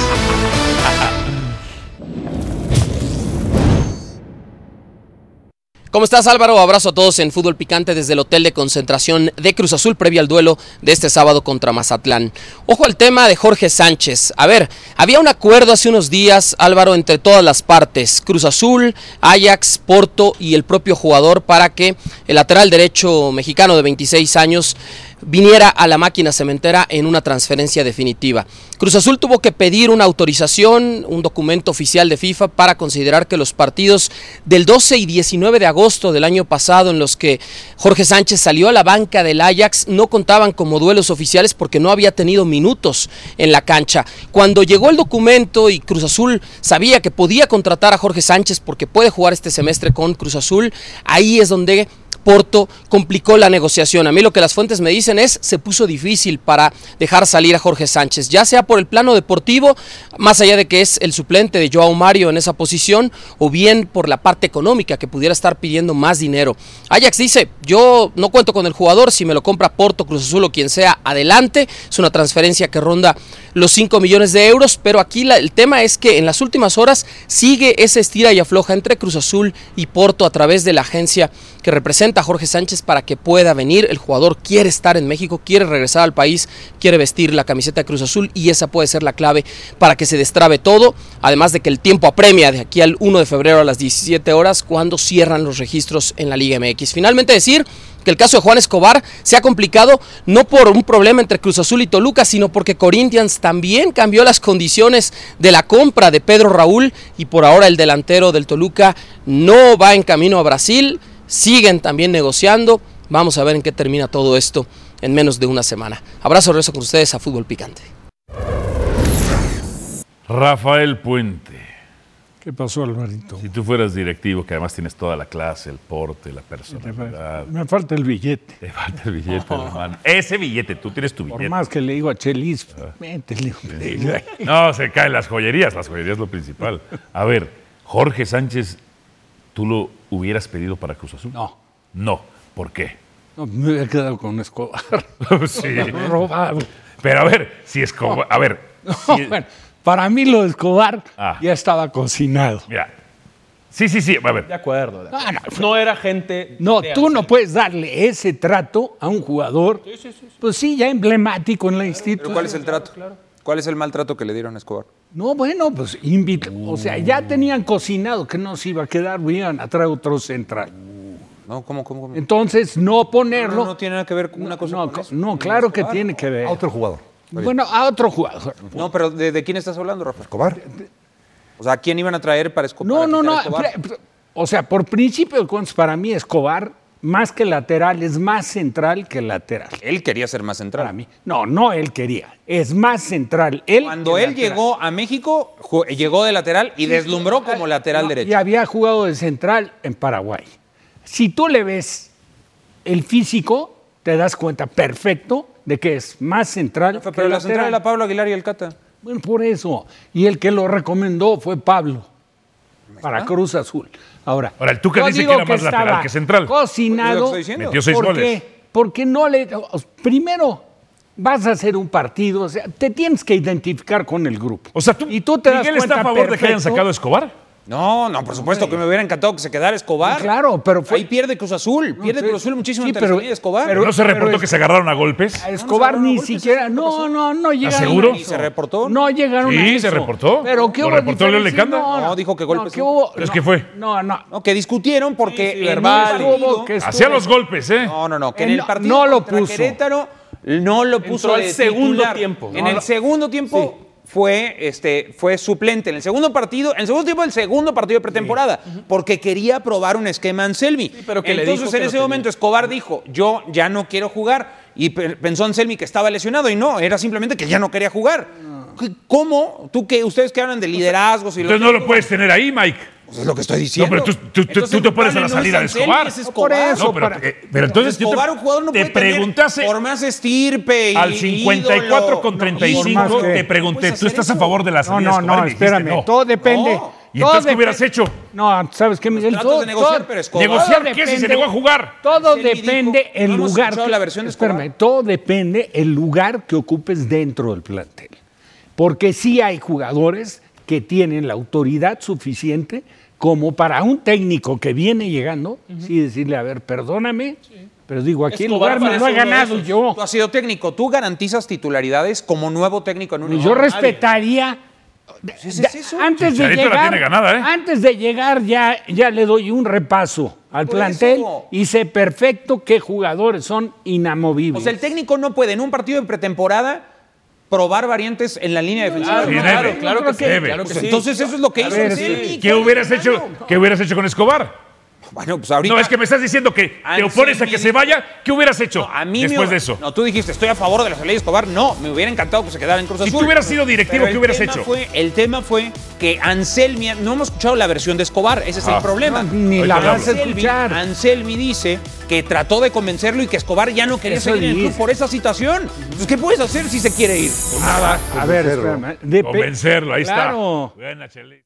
Speaker 16: ¿Cómo estás Álvaro? Abrazo a todos en Fútbol Picante desde el Hotel de Concentración de Cruz Azul previa al duelo de este sábado contra Mazatlán. Ojo al tema de Jorge Sánchez. A ver, había un acuerdo hace unos días Álvaro entre todas las partes, Cruz Azul, Ajax, Porto y el propio jugador para que el lateral derecho mexicano de 26 años viniera a la máquina cementera en una transferencia definitiva. Cruz Azul tuvo que pedir una autorización, un documento oficial de FIFA para considerar que los partidos del 12 y 19 de agosto del año pasado en los que Jorge Sánchez salió a la banca del Ajax no contaban como duelos oficiales porque no había tenido minutos en la cancha. Cuando llegó el documento y Cruz Azul sabía que podía contratar a Jorge Sánchez porque puede jugar este semestre con Cruz Azul, ahí es donde Porto complicó la negociación. A mí lo que las fuentes me dicen es se puso difícil para dejar salir a Jorge Sánchez, ya sea por el plano deportivo, más allá de que es el suplente de Joao Mario en esa posición, o bien por la parte económica que pudiera estar pidiendo más dinero. Ajax dice, yo no cuento con el jugador, si me lo compra Porto, Cruz Azul o quien sea, adelante. Es una transferencia que ronda los 5 millones de euros, pero aquí la- el tema es que en las últimas horas sigue ese estira y afloja entre Cruz Azul y Porto a través de la agencia que representa a Jorge Sánchez para que pueda venir. El jugador quiere estar en México, quiere regresar al país, quiere vestir la camiseta de Cruz Azul y esa puede ser la clave para que se destrabe todo. Además de que el tiempo apremia de aquí al 1 de febrero a las 17 horas cuando cierran los registros en la Liga MX. Finalmente decir que el caso de Juan Escobar se ha complicado no por un problema entre Cruz Azul y Toluca, sino porque Corinthians también cambió las condiciones de la compra de Pedro Raúl y por ahora el delantero del Toluca no va en camino a Brasil, siguen también negociando, vamos a ver en qué termina todo esto en menos de una semana. Abrazo, regreso con ustedes a Fútbol Picante.
Speaker 5: Rafael Puente.
Speaker 8: ¿Qué pasó, Alvarito?
Speaker 5: Si tú fueras directivo, que además tienes toda la clase, el porte, la personalidad,
Speaker 8: Me falta el billete.
Speaker 5: Te falta el billete, hermano. Ese billete, tú tienes tu
Speaker 8: Por
Speaker 5: billete.
Speaker 8: más que le digo a Chelis, métele un dedo ahí.
Speaker 5: No, se caen las joyerías, las joyerías es lo principal. A ver, Jorge Sánchez, ¿tú lo hubieras pedido para Cruz Azul?
Speaker 8: No.
Speaker 5: No, ¿por qué?
Speaker 8: No, me hubiera quedado con Escobar.
Speaker 5: sí.
Speaker 8: Robado.
Speaker 5: Pero a ver, si Escobar, a ver,
Speaker 8: No, bueno, para mí lo de Escobar
Speaker 5: Ah.
Speaker 8: ya estaba cocinado.
Speaker 5: mira. Sí, sí, sí, a ver.
Speaker 6: De acuerdo. de acuerdo. no era gente.
Speaker 8: No,
Speaker 6: de
Speaker 8: tú no puedes darle ese trato a un jugador, pues sí, ya emblemático en la institución.
Speaker 7: ¿Pero cuál es el trato? ¿Cuál es el maltrato que le dieron a Escobar?
Speaker 8: No, bueno, pues invita. O sea,
Speaker 7: Uh.
Speaker 8: ya tenían cocinado que no se iba a quedar, iban a traer otro central.
Speaker 7: Uh. No, ¿cómo, cómo, cómo?
Speaker 8: Entonces, no ponerlo.
Speaker 7: No, no tiene nada que ver con una cosa
Speaker 8: No, co- no, claro que tiene que ver. A otro
Speaker 9: jugador.
Speaker 8: Bueno, a otro jugador.
Speaker 7: No, pero ¿de, de quién estás hablando, Rafa?
Speaker 9: Escobar.
Speaker 7: O sea, ¿a quién iban a traer para Escobar?
Speaker 8: No, no,
Speaker 7: quitar
Speaker 8: no.
Speaker 7: a Escobar?
Speaker 8: pre- pre- O sea, por principio de cuentas, para mí Escobar, más que lateral, es más central que lateral.
Speaker 7: Él quería ser más central.
Speaker 8: Para mí. No, no él quería. Es más central. Él
Speaker 7: Cuando él llegó a México, ju- llegó de lateral y deslumbró como lateral
Speaker 8: No,
Speaker 7: derecho.
Speaker 8: Y había jugado de central en Paraguay. Si tú le ves el físico, te das cuenta perfecto de que es más central. que
Speaker 7: Pero la central
Speaker 8: lateral.
Speaker 7: era Pablo Aguilar y el Cata.
Speaker 8: Bueno, por eso. Y el que lo recomendó fue Pablo para Cruz Azul. Ahora,
Speaker 5: Ahora, el Tuca
Speaker 8: yo
Speaker 5: dice que
Speaker 8: digo
Speaker 5: era más lateral
Speaker 8: estaba
Speaker 5: que central.
Speaker 7: Pues es lo
Speaker 8: Cocinado.
Speaker 7: que estoy diciendo.
Speaker 5: Metió seis
Speaker 8: porque,
Speaker 5: goles.
Speaker 8: porque no le. o- Primero, vas a hacer un partido. O sea, te tienes que identificar con el grupo.
Speaker 5: O sea, tú.
Speaker 8: Y tú te das
Speaker 5: ¿Miguel está a
Speaker 8: cuenta
Speaker 5: favor de que hayan
Speaker 8: perfecto.
Speaker 5: sacado a Escobar?
Speaker 7: No, no, por supuesto que me hubiera encantado que se quedara Escobar.
Speaker 8: Claro, pero fue.
Speaker 7: Ahí pierde Cruz Azul, pierde Cruz Azul muchísimo
Speaker 8: sí,
Speaker 7: ante
Speaker 8: pero-
Speaker 7: la salida de Escobar.
Speaker 8: pero-
Speaker 5: ¿No se
Speaker 8: pero
Speaker 5: reportó
Speaker 8: es-
Speaker 5: que Ah, se agarraron a golpes?
Speaker 8: A Escobar ni siquiera. No, no, no llegaron. a
Speaker 5: seguro?
Speaker 8: eso.
Speaker 5: ¿Y se
Speaker 7: reportó?
Speaker 8: No llegaron a
Speaker 5: Sí,
Speaker 8: eso.
Speaker 5: se reportó.
Speaker 8: ¿Pero qué
Speaker 5: ¿Lo
Speaker 8: hubo
Speaker 5: reportó Leo
Speaker 8: diferencia?
Speaker 5: Lecanda?
Speaker 8: No,
Speaker 7: No, dijo que golpes
Speaker 8: ¿qué
Speaker 7: no.
Speaker 8: hubo?
Speaker 5: Pero es que fue.
Speaker 8: No, no.
Speaker 7: No, que discutieron porque
Speaker 8: Sí, sí,
Speaker 7: en
Speaker 8: verbal.
Speaker 7: un partido-
Speaker 8: Hubo que estuvo-
Speaker 5: Hacía los golpes, ¿eh?
Speaker 7: No, no, no, que
Speaker 8: Eh,
Speaker 7: en el
Speaker 8: no-
Speaker 7: partido
Speaker 8: no lo
Speaker 7: contra
Speaker 8: puso.
Speaker 7: Querétaro no lo puso
Speaker 6: Entró al
Speaker 7: de
Speaker 6: segundo
Speaker 7: titular.
Speaker 6: tiempo.
Speaker 7: En
Speaker 6: No,
Speaker 7: el
Speaker 6: no.
Speaker 7: segundo tiempo fue este fue suplente en el segundo partido, en el segundo tiempo del segundo partido de pretemporada, porque quería probar un esquema Anselmi.
Speaker 6: pero que le
Speaker 7: Entonces
Speaker 6: dijo que
Speaker 7: en
Speaker 6: lo
Speaker 7: ese
Speaker 6: tenía.
Speaker 7: momento Escobar dijo, "Yo ya no quiero jugar." Y pe- pensó Anselmi que estaba lesionado y no, era simplemente que ya no quería jugar. ¿Qué- ¿Cómo? Tú que ustedes que hablan de liderazgos y
Speaker 5: Entonces no lo puedes tener ahí, Mike.
Speaker 7: es lo que estoy diciendo.
Speaker 5: No, pero tú- tú, tú-
Speaker 7: Entonces,
Speaker 5: tú te pones a la
Speaker 7: culpable no
Speaker 5: salida de
Speaker 7: es Anselmi,
Speaker 5: Escobar.
Speaker 7: es Escobar. Por eso,
Speaker 5: no, pero,
Speaker 7: para-
Speaker 5: eh, pero entonces yo
Speaker 7: Escobar,
Speaker 5: te,
Speaker 7: un jugador no
Speaker 5: te
Speaker 7: puede tener
Speaker 5: preguntaste
Speaker 7: por más estirpe y
Speaker 5: al 54 con
Speaker 7: ídolo.
Speaker 8: No,
Speaker 5: 35,
Speaker 8: por más que- Pues
Speaker 5: te pregunté,
Speaker 7: puedes
Speaker 5: ¿tú
Speaker 7: hacer
Speaker 5: estás a
Speaker 7: eso.
Speaker 5: favor de la
Speaker 8: No,
Speaker 5: salida de
Speaker 8: no,
Speaker 5: Escobar?
Speaker 8: no,
Speaker 5: Y dijiste,
Speaker 8: espérame.
Speaker 5: no.
Speaker 8: Todo depende.
Speaker 7: No.
Speaker 5: ¿Y
Speaker 8: Todo
Speaker 5: entonces qué hubieras
Speaker 8: depende-
Speaker 5: hecho?
Speaker 8: No, ¿sabes qué, Miguel?
Speaker 7: tratas de
Speaker 8: Todo-
Speaker 7: negociar,
Speaker 8: todo-
Speaker 7: pero Escobar-
Speaker 5: ¿Negociar
Speaker 8: todo
Speaker 5: qué si se
Speaker 8: depende-
Speaker 5: negó a jugar?
Speaker 8: Todo
Speaker 7: Anselmi dijo,
Speaker 8: depende el
Speaker 7: no hemos
Speaker 8: lugar.
Speaker 7: escuchado
Speaker 8: que-
Speaker 7: la versión de Escobar.
Speaker 8: espérame, todo depende el lugar que ocupes dentro del plantel. Porque sí hay jugadores que tienen la autoridad suficiente como para un técnico que viene llegando, sí decirle, a ver, perdóname, pero digo, aquí el
Speaker 6: Escobar
Speaker 8: lugar me lo
Speaker 6: parece
Speaker 8: he
Speaker 6: uno de
Speaker 8: ganado
Speaker 6: esos.
Speaker 8: yo.
Speaker 7: Tú has sido técnico, tú garantizas titularidades como nuevo técnico en un
Speaker 8: Yo respetaría.
Speaker 7: es
Speaker 8: da-
Speaker 7: eso.
Speaker 8: Antes de,
Speaker 5: Chicharito la
Speaker 8: llegar,
Speaker 5: tiene ganada, ¿eh?
Speaker 8: antes de llegar, ya, ya le doy un repaso al
Speaker 7: Por
Speaker 8: plantel
Speaker 7: eso.
Speaker 8: y sé perfecto qué jugadores son inamovibles.
Speaker 7: O sea, el técnico no puede en un partido en pretemporada probar variantes en la línea defensiva.
Speaker 5: Sí, debe. Yo creo que debe.
Speaker 7: Pues Entonces eso es lo que hizo.
Speaker 5: ver, sí. ¿Qué hubieras hecho? ¿Qué hubieras hecho con Escobar?
Speaker 7: Bueno, pues ahorita.
Speaker 5: No, es que me estás diciendo que te opones a que se vaya. ¿Qué hubieras hecho
Speaker 7: A mí me-
Speaker 5: después de eso?
Speaker 7: No, tú dijiste, estoy a favor de la ley de Escobar. No, me hubiera encantado que se quedara en Cruz
Speaker 5: Si
Speaker 7: Azul.
Speaker 5: tú hubieras sido directivo,
Speaker 7: Pero
Speaker 5: ¿qué
Speaker 7: el
Speaker 5: hubieras
Speaker 7: tema
Speaker 5: hecho?
Speaker 7: fue- el tema fue que Anselmi, no hemos escuchado la versión de Escobar, ese es
Speaker 5: Ah.
Speaker 7: el problema.
Speaker 5: No, ni la vas a
Speaker 7: Anselmi- Anselmi dice que trató de convencerlo y que Escobar ya no quería
Speaker 8: Eso
Speaker 7: seguir en el
Speaker 8: dice.
Speaker 7: club por esa situación. Pues, ¿qué puedes hacer si se quiere ir? Pues nada.
Speaker 8: A ver, espérame. Dep-
Speaker 5: Ah, Convencerlo, ahí
Speaker 8: Claro.
Speaker 5: está. Buena, Chele.